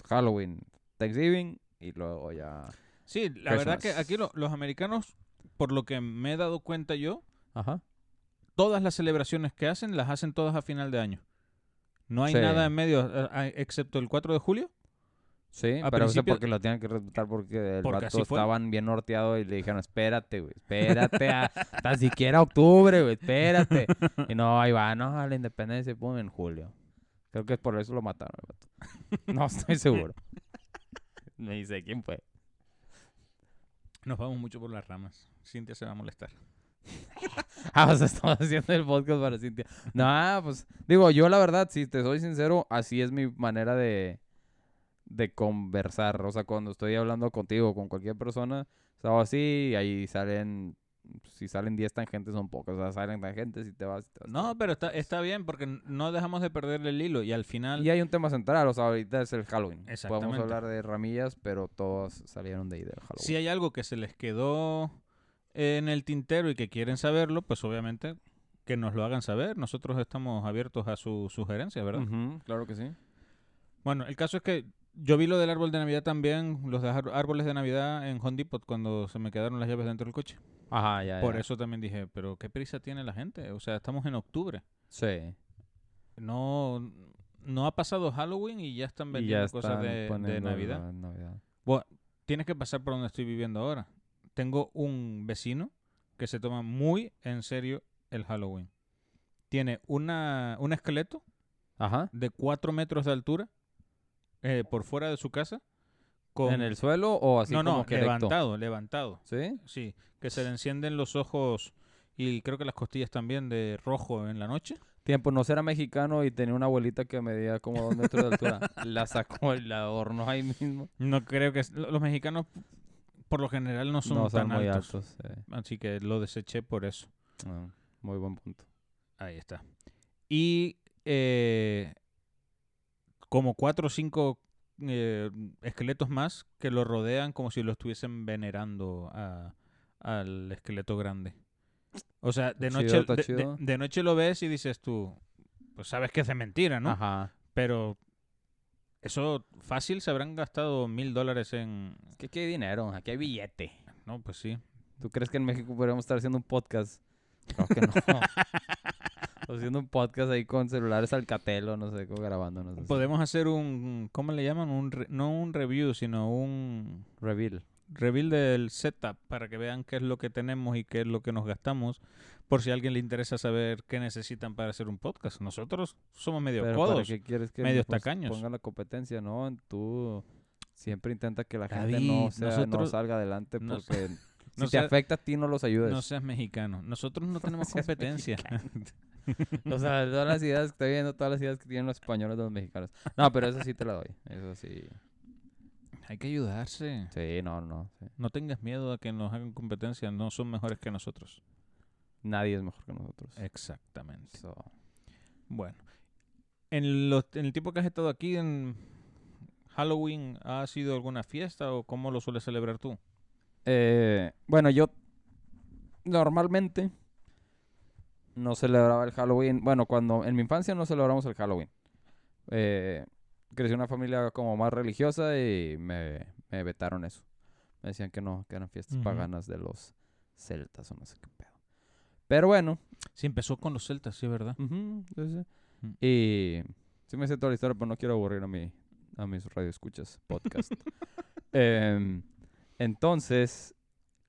Speaker 1: Halloween, Thanksgiving y luego ya...
Speaker 2: Sí, la verdad que
Speaker 1: Christmas.
Speaker 2: aquí lo- los americanos, por lo que me he dado cuenta yo,
Speaker 1: Ajá.
Speaker 2: todas las celebraciones que hacen las hacen todas a final de año. No hay
Speaker 1: Sí.
Speaker 2: nada en medio, eh, eh, excepto el 4 de julio.
Speaker 1: Sí,
Speaker 2: A
Speaker 1: pero eso
Speaker 2: principio-
Speaker 1: porque lo tienen que respetar porque el
Speaker 2: Porque
Speaker 1: vato
Speaker 2: así fue.
Speaker 1: estaban bien norteado y le dijeron, espérate, güey, espérate a tan siquiera octubre, güey, espérate. Y no, ahí va, no, a la independencia, pum, en julio. Creo que por eso lo mataron, el vato. No estoy seguro. Me dice, ¿quién fue?
Speaker 2: Nos vamos mucho por las ramas. Cintia se va a molestar.
Speaker 1: Ah, o sea, estamos haciendo el podcast para Cintia. No, pues, digo, yo la verdad, si te soy sincero, así es mi manera de, de conversar. O sea, cuando estoy hablando contigo, con cualquier persona, o sea, así, y ahí salen, si salen 10 tangentes son pocas, o sea, salen tangentes y te vas. y te vas,
Speaker 2: No, pero está, está bien porque no dejamos de perderle el hilo y al final...
Speaker 1: Y hay un tema central, o sea, ahorita es el Halloween. Podemos
Speaker 2: Exactamente.
Speaker 1: hablar de ramillas, pero todas salieron de ahí del Halloween.
Speaker 2: Si hay algo que se les quedó en el tintero y que quieren saberlo, pues obviamente que nos lo hagan saber. Nosotros estamos abiertos a sus sugerencias, ¿verdad?
Speaker 1: Ujú, claro que sí.
Speaker 2: Bueno, el caso es que yo vi lo del árbol de Navidad también, los de ar- árboles de Navidad en Home Depot cuando se me quedaron las llaves dentro del coche.
Speaker 1: Ajá, ya,
Speaker 2: Por
Speaker 1: ya.
Speaker 2: eso también dije, pero qué prisa tiene la gente. O sea, estamos en octubre.
Speaker 1: Sí.
Speaker 2: No, no ha pasado Halloween y ya están
Speaker 1: Y ya
Speaker 2: vendiendo cosas
Speaker 1: están
Speaker 2: de- de,
Speaker 1: poniendo
Speaker 2: Navidad.
Speaker 1: la Navidad.
Speaker 2: Tienes que pasar por donde estoy viviendo ahora. Tengo un vecino que se toma muy en serio el Halloween. Tiene una, un esqueleto
Speaker 1: Ajá.
Speaker 2: de 4 metros de altura eh, por fuera de su casa. Con,
Speaker 1: ¿En el suelo o así
Speaker 2: no,
Speaker 1: como
Speaker 2: no,
Speaker 1: que recto?
Speaker 2: levantado, levantado.
Speaker 1: ¿Sí?
Speaker 2: Sí, que se le encienden los ojos y creo que las costillas también de rojo en la noche.
Speaker 1: Tiempo, no era mexicano y tenía una abuelita que medía como dos metros de altura. la sacó y la adornó ahí mismo.
Speaker 2: No creo que... lo- Los mexicanos por lo general no son
Speaker 1: no
Speaker 2: tan
Speaker 1: son muy
Speaker 2: altos.
Speaker 1: altos. sí.
Speaker 2: Así que lo deseché por eso.
Speaker 1: Ah, muy buen punto.
Speaker 2: Ahí está. Y eh, como cuatro o cinco eh, esqueletos más que lo rodean como si lo estuviesen venerando a- al esqueleto grande. O sea, de
Speaker 1: Está
Speaker 2: noche,
Speaker 1: chido, está
Speaker 2: de- de-
Speaker 1: chido.
Speaker 2: de noche lo ves y dices tú, pues sabes que es de mentira, ¿no?
Speaker 1: Ajá.
Speaker 2: Pero eso fácil se habrán gastado mil dólares en...
Speaker 1: Es que aquí hay dinero, aquí hay billete.
Speaker 2: No, pues sí.
Speaker 1: ¿Tú crees que en México podríamos estar haciendo un podcast? Creo que no. haciendo un podcast ahí con celulares alcatelo, no sé, como grabando, no sé.
Speaker 2: Podemos hacer un... ¿Cómo le llaman? Un re- no un review, sino un...
Speaker 1: Reveal.
Speaker 2: reveal del setup para que vean qué es lo que tenemos y qué es lo que nos gastamos. Por si a alguien le interesa saber qué necesitan para hacer un podcast. Nosotros somos medio
Speaker 1: Pero ¿para
Speaker 2: codos.
Speaker 1: qué quieres que
Speaker 2: medios
Speaker 1: nos
Speaker 2: tacaños.
Speaker 1: ponga la competencia? No, tú siempre intenta que la gente
Speaker 2: David,
Speaker 1: no, sea- no
Speaker 2: nosotros-
Speaker 1: salga adelante porque
Speaker 2: nos-
Speaker 1: si
Speaker 2: no
Speaker 1: te
Speaker 2: sea-
Speaker 1: afecta a ti no los ayudes.
Speaker 2: No seas mexicano. Nosotros no tenemos
Speaker 1: seas
Speaker 2: competencia.
Speaker 1: O sea, todas las ideas que estoy viendo, todas las ideas que tienen los españoles de los mexicanos. No, pero eso sí te la doy. Eso sí.
Speaker 2: Hay que ayudarse.
Speaker 1: Sí, no, no. sí.
Speaker 2: No tengas miedo a que nos hagan competencia. No son mejores que nosotros.
Speaker 1: Nadie es mejor que nosotros.
Speaker 2: Exactamente.
Speaker 1: So,
Speaker 2: Bueno. En, los- en el tiempo que has estado aquí en Halloween, ¿ha sido alguna fiesta o cómo lo sueles celebrar tú?
Speaker 1: eh, bueno, yo normalmente no celebraba el Halloween. Bueno, cuando en mi infancia no celebramos el Halloween. Eh, crecí en una familia como más religiosa y me, me vetaron eso. Me decían que no, que eran fiestas
Speaker 2: Ujú.
Speaker 1: paganas de los celtas o no sé qué pedo. Pero bueno,
Speaker 2: Sí, empezó con los celtas, sí, ¿verdad?
Speaker 1: Ujú, sí, sí.
Speaker 2: Mm.
Speaker 1: Y sí me sé toda la historia, pero no quiero aburrir a, mi, a mis radioescuchas podcast. Em, entonces,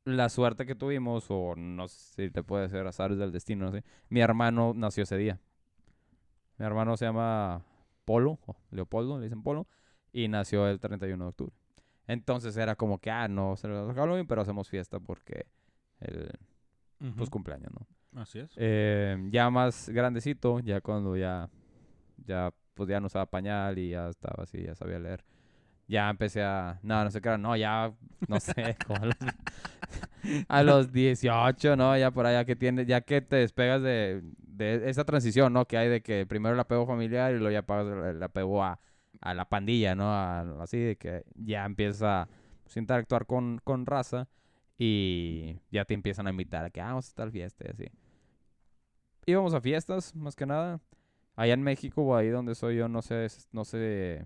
Speaker 1: la suerte que tuvimos, o no sé si te puede ser azares del destino, no sé, mi hermano nació ese día. Mi hermano se llama Polo, o Leopoldo, le dicen Polo, y nació el 31 de octubre. Entonces era como que, ah, no celebramos Halloween, pero hacemos fiesta porque el pues,
Speaker 2: Ujú.
Speaker 1: cumpleaños, ¿no?
Speaker 2: Así es.
Speaker 1: Eh, ya más grandecito, ya cuando ya, ya, pues ya no usaba pañal y ya estaba así, ya sabía leer. Ya empecé a, no, no sé qué era, no, ya, no sé, como a los, a los 18, ¿no? Ya por allá que tiene, ya que te despegas de, de esa transición, ¿no? Que hay de que primero el apego familiar y luego ya pagas el, el apego a, a la pandilla, ¿no? A- así de que ya empieza a pues, interactuar con, con raza y ya te empiezan a invitar a que "Ah, vamos a tal fiesta y así íbamos a fiestas, más que nada. Allá en México o ahí donde soy yo, no sé, es- no sé,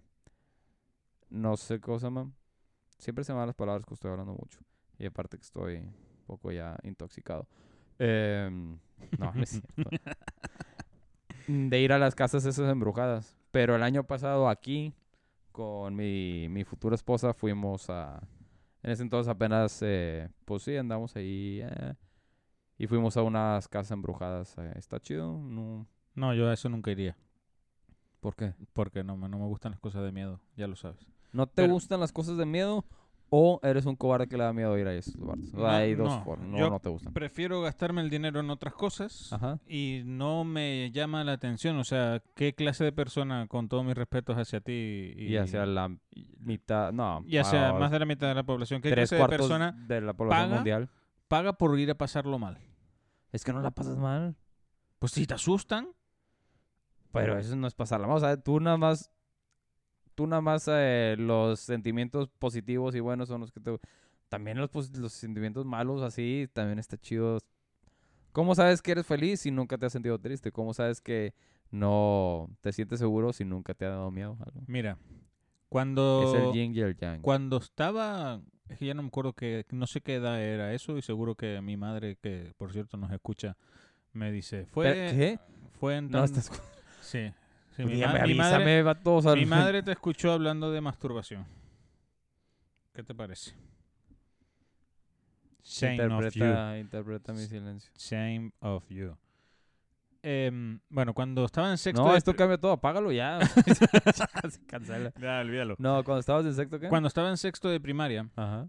Speaker 1: no sé cómo se llama. Siempre se me van las palabras que estoy hablando mucho. Y aparte que estoy un poco ya intoxicado. Em, no, no es cierto. De ir a las casas esas embrujadas. Pero el año pasado aquí, con mi, mi futura esposa, fuimos a... En ese entonces apenas, eh, pues sí, andamos ahí. eh, y fuimos a unas casas embrujadas. eh, ¿Está chido? No.
Speaker 2: No, yo a eso nunca iría,
Speaker 1: ¿Por qué?
Speaker 2: porque no, me- no me gustan las cosas de miedo, ya lo sabes.
Speaker 1: ¿No te
Speaker 2: Pero-
Speaker 1: gustan las cosas de miedo O eres un cobarde que le da miedo ir a esos lugares. O sea,
Speaker 2: No,
Speaker 1: hay dos
Speaker 2: no.
Speaker 1: formas. No,
Speaker 2: Yo-
Speaker 1: no te gustan.
Speaker 2: Prefiero gastarme el dinero en otras cosas
Speaker 1: Ajá.
Speaker 2: y no me llama la atención. O sea, ¿qué clase de persona, con todos mis respetos hacia ti y,
Speaker 1: Y hacia la mitad. No.
Speaker 2: y hacia
Speaker 1: bueno,
Speaker 2: más de la mitad de la población, ¿qué
Speaker 1: tres
Speaker 2: clase de
Speaker 1: cuartos
Speaker 2: persona
Speaker 1: de la población
Speaker 2: paga?
Speaker 1: mundial.
Speaker 2: paga por ir a pasarlo mal?
Speaker 1: Es que no la pasas mal.
Speaker 2: Pues si te asustan,
Speaker 1: Pero eso no es pasarla mal. O sea, tú nada más. Tú nada más eh, los sentimientos positivos y buenos son los que te. También los, posi- los sentimientos malos, así, también está chido. ¿Cómo sabes que eres feliz si nunca te has sentido triste? ¿Cómo sabes que no te sientes seguro si nunca te ha dado miedo? algo?
Speaker 2: mira,
Speaker 1: Es el
Speaker 2: cuando,
Speaker 1: yin y el yang.
Speaker 2: cuando estaba, es que ya no me acuerdo que, no sé qué edad era eso y seguro que mi madre, que por cierto nos escucha, me dice, fue,
Speaker 1: Pero, ¿Qué?
Speaker 2: fue en
Speaker 1: No,
Speaker 2: tan-
Speaker 1: estás... Pues
Speaker 2: Sí, sí, mi,
Speaker 1: Dígame,
Speaker 2: ma- mi
Speaker 1: avísame,
Speaker 2: madre,
Speaker 1: vato, o sea,
Speaker 2: mi madre te escuchó hablando de masturbación. ¿Qué te parece? Shame of you.
Speaker 1: interpreta, interpreta mi silencio.
Speaker 2: Shame of you. Em, bueno, cuando estaba en sexto...
Speaker 1: No,
Speaker 2: de
Speaker 1: esto
Speaker 2: pri-
Speaker 1: cambia todo. Apágalo ya. Se cancela.
Speaker 2: Ya, olvídalo.
Speaker 1: No, cuando estabas en sexto, ¿qué?
Speaker 2: Cuando estaba en sexto de primaria,
Speaker 1: Ajá.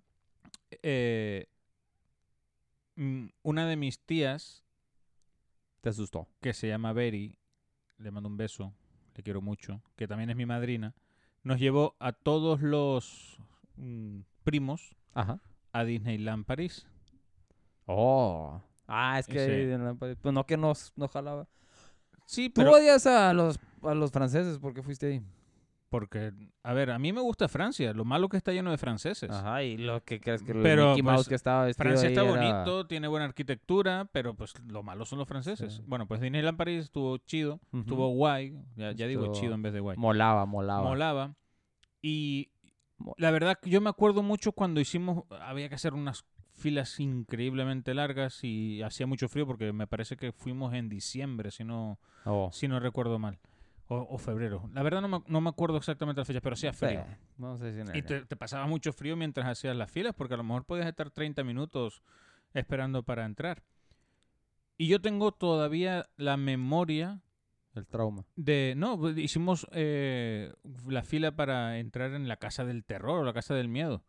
Speaker 2: eh, mm, una de mis tías,
Speaker 1: Te asustó.
Speaker 2: que se llama Berry, le mando un beso, le quiero mucho, que también es mi madrina, nos llevó a todos los mm, primos
Speaker 1: Ajá.
Speaker 2: a Disneyland París.
Speaker 1: Oh. Ah, es que...
Speaker 2: Sí.
Speaker 1: en la- Pues no que nos, nos jalaba.
Speaker 2: Sí,
Speaker 1: Tú
Speaker 2: pero
Speaker 1: odias a los, a los franceses porque fuiste ahí.
Speaker 2: porque a ver, a mí me gusta Francia, lo malo que está lleno de franceses.
Speaker 1: Pues, Ajá, y lo que crees que el
Speaker 2: Pero,
Speaker 1: Mickey Mouse
Speaker 2: pues,
Speaker 1: que estaba vestido
Speaker 2: Francia
Speaker 1: ahí
Speaker 2: está
Speaker 1: era-
Speaker 2: bonito, tiene buena arquitectura, pero pues lo malo son los franceses.
Speaker 1: Sí.
Speaker 2: Bueno, pues Disneyland París estuvo chido,
Speaker 1: Ujú.
Speaker 2: estuvo guay, ya, ya digo
Speaker 1: Estuvo
Speaker 2: chido en vez de guay.
Speaker 1: Molaba, molaba.
Speaker 2: Molaba. Y
Speaker 1: Mo-
Speaker 2: la verdad que yo me acuerdo mucho cuando hicimos, había que hacer unas filas increíblemente largas y hacía mucho frío porque me parece que fuimos en diciembre, si no
Speaker 1: Oh.
Speaker 2: si no recuerdo mal. O, o febrero. La verdad no me, no me acuerdo exactamente la fecha, pero hacía
Speaker 1: Sí,
Speaker 2: frío.
Speaker 1: Vamos a decir
Speaker 2: Y te, te pasaba mucho frío mientras hacías las filas, porque a lo mejor podías estar 30 minutos esperando para entrar. Y yo tengo todavía la memoria
Speaker 1: el trauma.
Speaker 2: de... No, pues, hicimos eh, la fila para entrar en la casa del terror o la casa del miedo.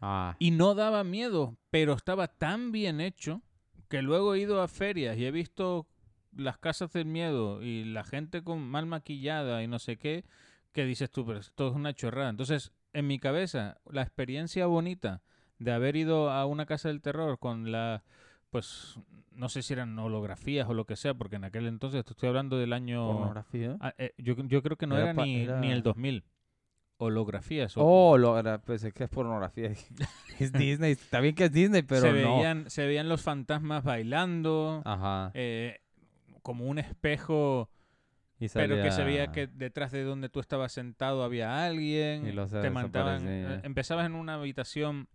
Speaker 1: Ah.
Speaker 2: Y no daba miedo, pero estaba tan bien hecho que luego he ido a ferias y he visto las casas del miedo y la gente con mal maquillada y no sé qué, que dices tú, pero esto es una chorrada. Entonces, en mi cabeza, la experiencia bonita de haber ido a una casa del terror con la, pues, no sé si eran holografías o lo que sea, porque en aquel entonces, te estoy hablando del año...
Speaker 1: Pornografía.
Speaker 2: Ah, eh, yo, yo creo que no
Speaker 1: Era
Speaker 2: era,
Speaker 1: pa-
Speaker 2: ni, ni
Speaker 1: era-
Speaker 2: el 2000. Holografías. o-
Speaker 1: Oh, lo, era- pensé que es pornografía. es Disney. Está bien que es Disney, pero
Speaker 2: se,
Speaker 1: no.
Speaker 2: veían, se veían los fantasmas bailando,
Speaker 1: Ajá.
Speaker 2: eh, como un espejo,
Speaker 1: Y
Speaker 2: pero que se veía
Speaker 1: salía-
Speaker 2: que detrás de donde tú estabas sentado había alguien.
Speaker 1: Y luego se
Speaker 2: te mandaban,
Speaker 1: desaparecía.
Speaker 2: eh, empezabas en una habitación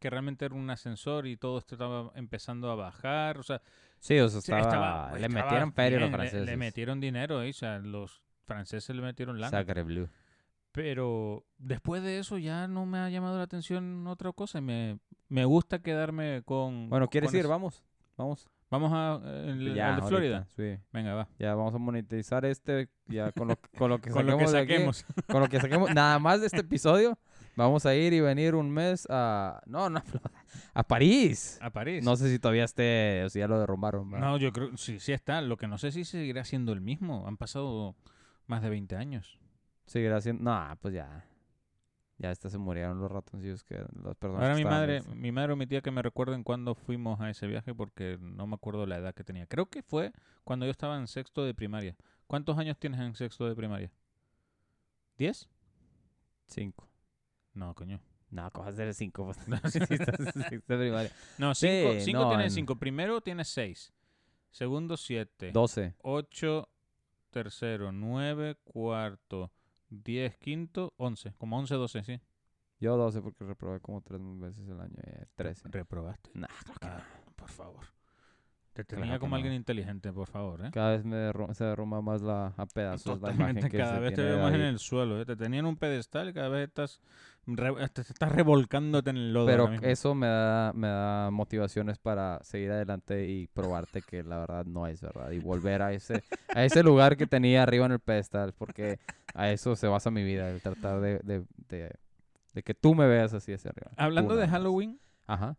Speaker 2: que realmente era un ascensor y todo esto estaba empezando a bajar. O sea,
Speaker 1: Sí, o sea,
Speaker 2: se-
Speaker 1: estaba... le
Speaker 2: estaba
Speaker 1: metieron feria a los
Speaker 2: bien, le-
Speaker 1: franceses.
Speaker 2: Le, metieron dinero, eh, o sea, los franceses le metieron lana.
Speaker 1: Sacre Blue.
Speaker 2: Pero después de eso ya no me ha llamado la atención otra cosa. y Me, me gusta quedarme con...
Speaker 1: Bueno, ¿quieres
Speaker 2: con
Speaker 1: ir?
Speaker 2: eso.
Speaker 1: Vamos. Vamos. Pues
Speaker 2: Vamos a eh,
Speaker 1: Ya,
Speaker 2: el- al de
Speaker 1: ahorita,
Speaker 2: Florida.
Speaker 1: Sí.
Speaker 2: Venga, va.
Speaker 1: Ya vamos a monetizar este. Ya con lo, con lo que
Speaker 2: Con lo
Speaker 1: saquemos.
Speaker 2: que
Speaker 1: de aquí,
Speaker 2: saquemos.
Speaker 1: con lo que saquemos. Nada más de este episodio. Vamos a ir y venir un mes a. No, no. A París.
Speaker 2: A París.
Speaker 1: No sé si todavía esté. O si ya lo derrumbaron. ¿verdad?
Speaker 2: No, yo creo, sí, sí está. Lo que no sé si seguirá siendo el mismo. Han pasado más de 20 años.
Speaker 1: Seguirá siendo. No, pues ya. Ya hasta se murieron los ratoncillos que las personas.
Speaker 2: Ahora
Speaker 1: que
Speaker 2: mi
Speaker 1: estaban
Speaker 2: madre,
Speaker 1: dentro.
Speaker 2: mi madre o mi tía que me recuerden cuando fuimos a ese viaje porque no me acuerdo la edad que tenía. Creo que fue cuando yo estaba en sexto de primaria. ¿Cuántos años tienes en sexto de primaria? ¿Diez?
Speaker 1: Cinco.
Speaker 2: No, coño.
Speaker 1: No, ¿cómo vas a ser cinco? Pues, no, si estás en sexto de primaria.
Speaker 2: No,
Speaker 1: Sí,
Speaker 2: cinco, cinco
Speaker 1: no,
Speaker 2: tienes
Speaker 1: en-
Speaker 2: cinco. Primero tienes seis. Segundo siete.
Speaker 1: Doce.
Speaker 2: 8, tercero, 9, cuarto, 10, quinto, 11. Como 11, 12, sí.
Speaker 1: Yo doce porque reprobé como tres veces el año. eh, Trece.
Speaker 2: ¿Reprobaste?
Speaker 1: Nah, claro que no.
Speaker 2: por favor. Te
Speaker 1: Claro
Speaker 2: tenía
Speaker 1: que
Speaker 2: como
Speaker 1: no.
Speaker 2: alguien inteligente, por favor, ¿eh?
Speaker 1: Cada vez me derru- se derrumba más la a pedazos la imagen
Speaker 2: Totalmente,
Speaker 1: que
Speaker 2: cada
Speaker 1: se
Speaker 2: vez te
Speaker 1: tiene de
Speaker 2: veo más en
Speaker 1: David.
Speaker 2: el suelo, ¿eh? Te tenía en un pedestal y cada vez estás, re- te te estás revolcándote en el lodo.
Speaker 1: Pero
Speaker 2: ahora mismo.
Speaker 1: eso me da, me da motivaciones para seguir adelante y probarte que la verdad no es verdad. Y volver a ese, a ese lugar que tenía arriba en el pedestal, porque a eso se basa mi vida, el tratar de, de- de De que tú me veas así hacia arriba.
Speaker 2: Hablando
Speaker 1: Tú
Speaker 2: de
Speaker 1: nada más.
Speaker 2: Halloween,
Speaker 1: Ajá.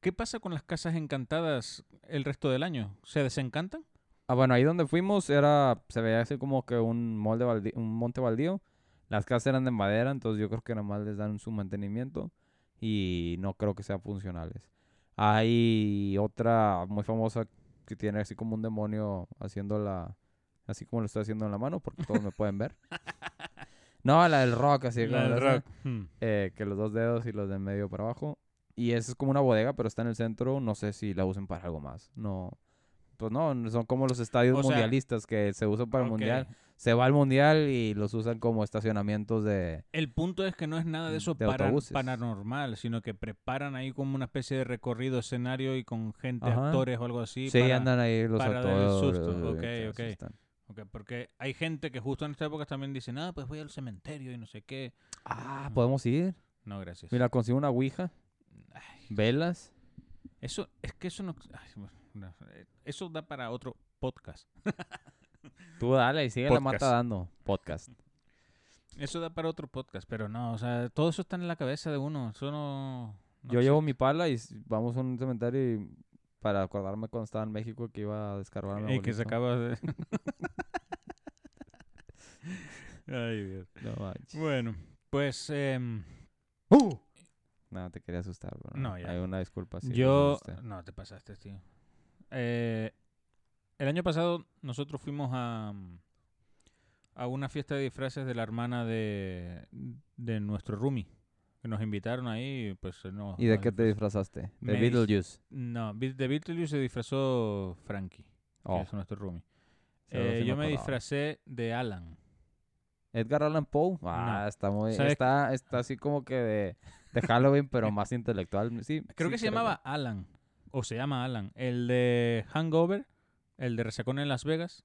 Speaker 2: ¿qué pasa con las casas encantadas el resto del año? ¿Se desencantan?
Speaker 1: Ah, bueno, ahí donde fuimos era, se veía así como que un, molde baldi- un monte baldío. Las casas eran de madera, entonces yo creo que nada más les dan su mantenimiento y no creo que sean funcionales. Hay otra muy famosa que tiene así como un demonio haciendo la, así como lo está haciendo en la mano, porque todos me pueden ver. No, la del rock, así como
Speaker 2: La del
Speaker 1: le hace,
Speaker 2: rock. Hmm.
Speaker 1: eh, que los dos dedos y los de en medio para abajo. Y esa es como una bodega, pero está en el centro. No sé si la usen para algo más. No. Pues no, n- son como los estadios
Speaker 2: O sea,
Speaker 1: mundialistas que se usan para el
Speaker 2: Ok.
Speaker 1: mundial. Se va al mundial y los usan como estacionamientos de.
Speaker 2: El punto es que no es nada de eso
Speaker 1: Mm, De
Speaker 2: para-
Speaker 1: autobuses.
Speaker 2: paranormal, sino que preparan ahí como una especie de recorrido escenario y con gente,
Speaker 1: Ajá.
Speaker 2: actores o algo así.
Speaker 1: Sí,
Speaker 2: para-
Speaker 1: andan ahí los eh,
Speaker 2: para dar el
Speaker 1: actores.
Speaker 2: susto.
Speaker 1: los-
Speaker 2: Ok,
Speaker 1: se
Speaker 2: ok.
Speaker 1: asustan.
Speaker 2: Ok, porque hay gente que justo en esta época también dice, ah, pues voy al cementerio y no sé qué.
Speaker 1: Ah,
Speaker 2: Ah.
Speaker 1: podemos ir.
Speaker 2: No, gracias.
Speaker 1: Mira, consigo una ouija,
Speaker 2: Pues Ay,
Speaker 1: velas.
Speaker 2: eso, es que eso no... ay, bueno, no, eh, eso da para otro podcast.
Speaker 1: Tú dale y sigue la mata
Speaker 2: Podcast.
Speaker 1: dando. Podcast.
Speaker 2: Eso da para otro podcast, pero no, o sea, todo eso está en la cabeza de uno. Eso no... no
Speaker 1: Yo
Speaker 2: existe.
Speaker 1: llevo mi pala y s- vamos a un cementerio y- para acordarme cuando estaba en México que iba a descargar a mi
Speaker 2: Y que
Speaker 1: abuelito.
Speaker 2: se acaba de... Ay, Dios.
Speaker 1: No manches.
Speaker 2: Bueno, pues em,
Speaker 1: No, te quería asustar, bro.
Speaker 2: No, ya.
Speaker 1: Hay una disculpa. sí, los
Speaker 2: yo...
Speaker 1: asusté.
Speaker 2: No, te pasaste, tío. Eh, el año pasado nosotros fuimos a, mm, a una fiesta de disfraces de la hermana de, de nuestro Rumi. Que nos invitaron ahí, pues no...
Speaker 1: ¿Y de qué te disfrazaste?
Speaker 2: Me
Speaker 1: De
Speaker 2: dis-
Speaker 1: Beetlejuice.
Speaker 2: No, Be- de Beetlejuice se disfrazó Frankie,
Speaker 1: Oh,
Speaker 2: que es nuestro Rumi.
Speaker 1: seguro sí
Speaker 2: yo me
Speaker 1: acordaba.
Speaker 2: disfracé de Alan.
Speaker 1: Edgar Allan Poe. Ah, está muy.
Speaker 2: ¿Sabes?
Speaker 1: Está, está así como que de, de Halloween, pero más intelectual. Sí.
Speaker 2: Creo
Speaker 1: sí,
Speaker 2: que se llamaba Alan. O se llama Alan. El de Hangover. El de Resacón en Las Vegas.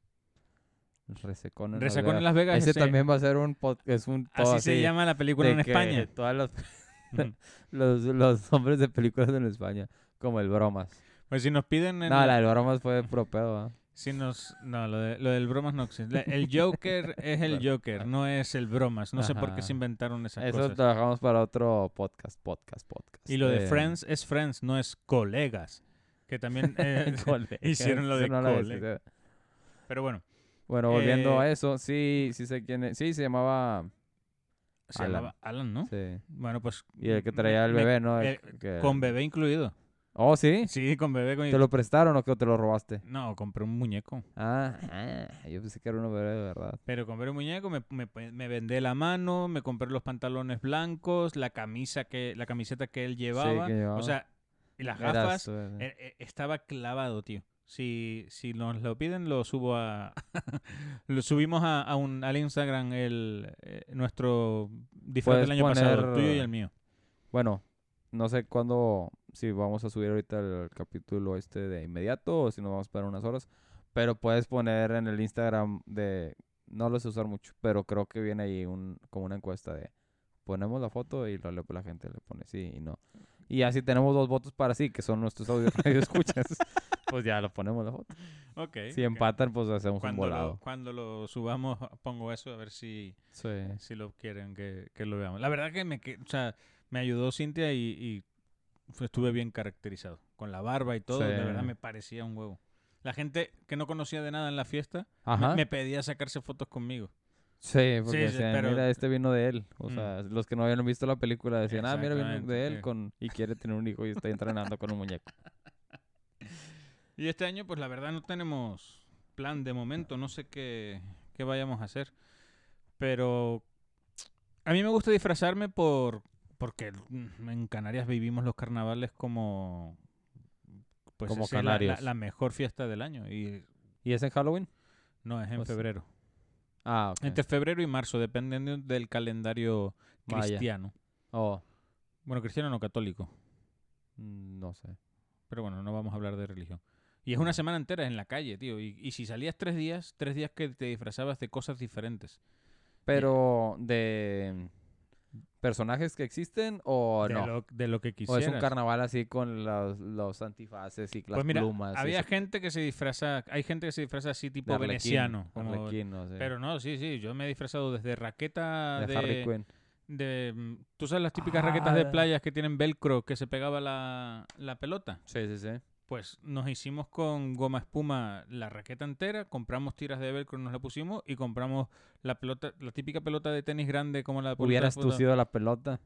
Speaker 1: Resecón en Las
Speaker 2: Resacón en
Speaker 1: Vegas.
Speaker 2: Las Vegas.
Speaker 1: Ese
Speaker 2: ese-
Speaker 1: también va a ser un. pod- Es un
Speaker 2: Así,
Speaker 1: todo
Speaker 2: se llama la película
Speaker 1: de
Speaker 2: en
Speaker 1: que
Speaker 2: España.
Speaker 1: Todas las.
Speaker 2: Ujú.
Speaker 1: Los, los nombres de películas en España, como el Bromas.
Speaker 2: Pues si nos piden. en
Speaker 1: No,
Speaker 2: la-
Speaker 1: la del Bromas fue puro pedo, ¿ah?
Speaker 2: si nos, no, lo, de- lo del bromas no existe. La- El Joker es el
Speaker 1: Claro.
Speaker 2: Joker, no es el bromas. No sé por qué
Speaker 1: Ajá.
Speaker 2: se inventaron esas
Speaker 1: Eso
Speaker 2: cosas.
Speaker 1: trabajamos para otro podcast, podcast, podcast.
Speaker 2: Y lo de
Speaker 1: Eh,
Speaker 2: Friends es Friends, no es colegas. Que también eh,
Speaker 1: colegas,
Speaker 2: hicieron lo
Speaker 1: eso
Speaker 2: de
Speaker 1: no lo había
Speaker 2: colegas.
Speaker 1: escuchado.
Speaker 2: Pero bueno,
Speaker 1: Bueno, volviendo
Speaker 2: Eh,
Speaker 1: a eso, sí, sí sé quién es. Sí, se llamaba.
Speaker 2: se
Speaker 1: Alan.
Speaker 2: llamaba Alan, ¿no?
Speaker 1: Sí.
Speaker 2: Bueno, pues.
Speaker 1: Y el que
Speaker 2: me-
Speaker 1: traía el
Speaker 2: me-
Speaker 1: bebé, ¿no? El
Speaker 2: eh,
Speaker 1: que-
Speaker 2: Con bebé incluido.
Speaker 1: Oh, sí.
Speaker 2: Sí, con bebé. Con...
Speaker 1: ¿Te lo prestaron o que te lo robaste?
Speaker 2: No, compré un muñeco.
Speaker 1: Ah, ah, yo pensé que era uno bebé de verdad.
Speaker 2: Pero compré un muñeco, me, me, me vendé la mano, me compré los pantalones blancos, la camisa que, la camiseta que él llevaba.
Speaker 1: llevaba.
Speaker 2: O sea, y las
Speaker 1: Eras
Speaker 2: gafas.
Speaker 1: tú, eh.
Speaker 2: eh, eh, estaba clavado, tío. Si, si nos lo piden, lo subo a. lo subimos a, a un, al Instagram el, eh, nuestro disfraz
Speaker 1: Puedes
Speaker 2: del año pasado, el
Speaker 1: poner-
Speaker 2: tuyo y el mío.
Speaker 1: Bueno, no sé cuándo, si vamos a subir ahorita el capítulo este de inmediato o si nos vamos para unas horas, pero puedes poner en el Instagram de, no lo sé usar mucho, pero creo que viene ahí un, como una encuesta de, ponemos la foto y lo, le- la gente le pone sí y no. Y así tenemos dos votos para sí, que son nuestros audios radio escuchas. pues ya lo ponemos la foto.
Speaker 2: Ok.
Speaker 1: Si empatan, pues hacemos un
Speaker 2: Cuando
Speaker 1: volado.
Speaker 2: lo, cuando lo subamos, pongo eso a ver si.
Speaker 1: Sí.
Speaker 2: si lo quieren que, que lo veamos. La verdad que me, que- o sea, me ayudó Cintia y, y fue- estuve bien caracterizado. Con la barba y todo,
Speaker 1: Sí.
Speaker 2: de verdad me parecía un huevo. La gente que no conocía de nada en la fiesta me-
Speaker 1: Ajá.
Speaker 2: me pedía sacarse fotos conmigo.
Speaker 1: Sí, porque
Speaker 2: sí,
Speaker 1: decían,
Speaker 2: pero-
Speaker 1: mira, este vino de él. O
Speaker 2: Mm.
Speaker 1: sea, los que no habían visto la película decían, ah, mira, vino
Speaker 2: Exactamente,
Speaker 1: de él
Speaker 2: sí.
Speaker 1: con... y quiere tener un hijo y está entrenando con un muñeco.
Speaker 2: Y este año, pues la verdad no tenemos plan de momento, no sé qué, qué vayamos a hacer. Pero a mí me gusta disfrazarme por porque mm, en Canarias vivimos los carnavales como pues
Speaker 1: Como
Speaker 2: es la- la,
Speaker 1: canarios.
Speaker 2: la mejor fiesta del año y
Speaker 1: ¿Y es en Halloween?
Speaker 2: no es en
Speaker 1: Pues,
Speaker 2: febrero.
Speaker 1: Ah, ok.
Speaker 2: Entre febrero y marzo, dependiendo del calendario
Speaker 1: Maya.
Speaker 2: cristiano.
Speaker 1: Oh,
Speaker 2: Bueno, cristiano no católico,
Speaker 1: mm, no sé.
Speaker 2: pero bueno, no vamos a hablar de religión. Y es una semana entera en la calle, tío. Y, y si salías tres días, tres días que te disfrazabas de cosas diferentes.
Speaker 1: Pero de personajes que existen o
Speaker 2: de,
Speaker 1: no.
Speaker 2: lo, de lo que
Speaker 1: O
Speaker 2: quisieras.
Speaker 1: es un carnaval así con los, los antifaces y las
Speaker 2: Pues mira,
Speaker 1: plumas. y
Speaker 2: había
Speaker 1: eso,
Speaker 2: gente que se disfraza, hay gente que se disfraza así tipo
Speaker 1: de arlequín,
Speaker 2: veneciano. como-
Speaker 1: arlequín, no sé,
Speaker 2: pero no, sí, sí, yo me he disfrazado desde raqueta
Speaker 1: de Harry Quinn.
Speaker 2: de mm, tú sabes las típicas raquetas
Speaker 1: Ah,
Speaker 2: de
Speaker 1: la-
Speaker 2: playas que tienen velcro que se pegaba la, la pelota.
Speaker 1: Sí, sí, sí.
Speaker 2: Pues nos hicimos con goma espuma la raqueta entera, compramos tiras de velcro, nos la pusimos y compramos la pelota, la típica pelota de tenis grande como la de pelota de
Speaker 1: Hubieras tú
Speaker 2: fútbol.
Speaker 1: sido la pelota.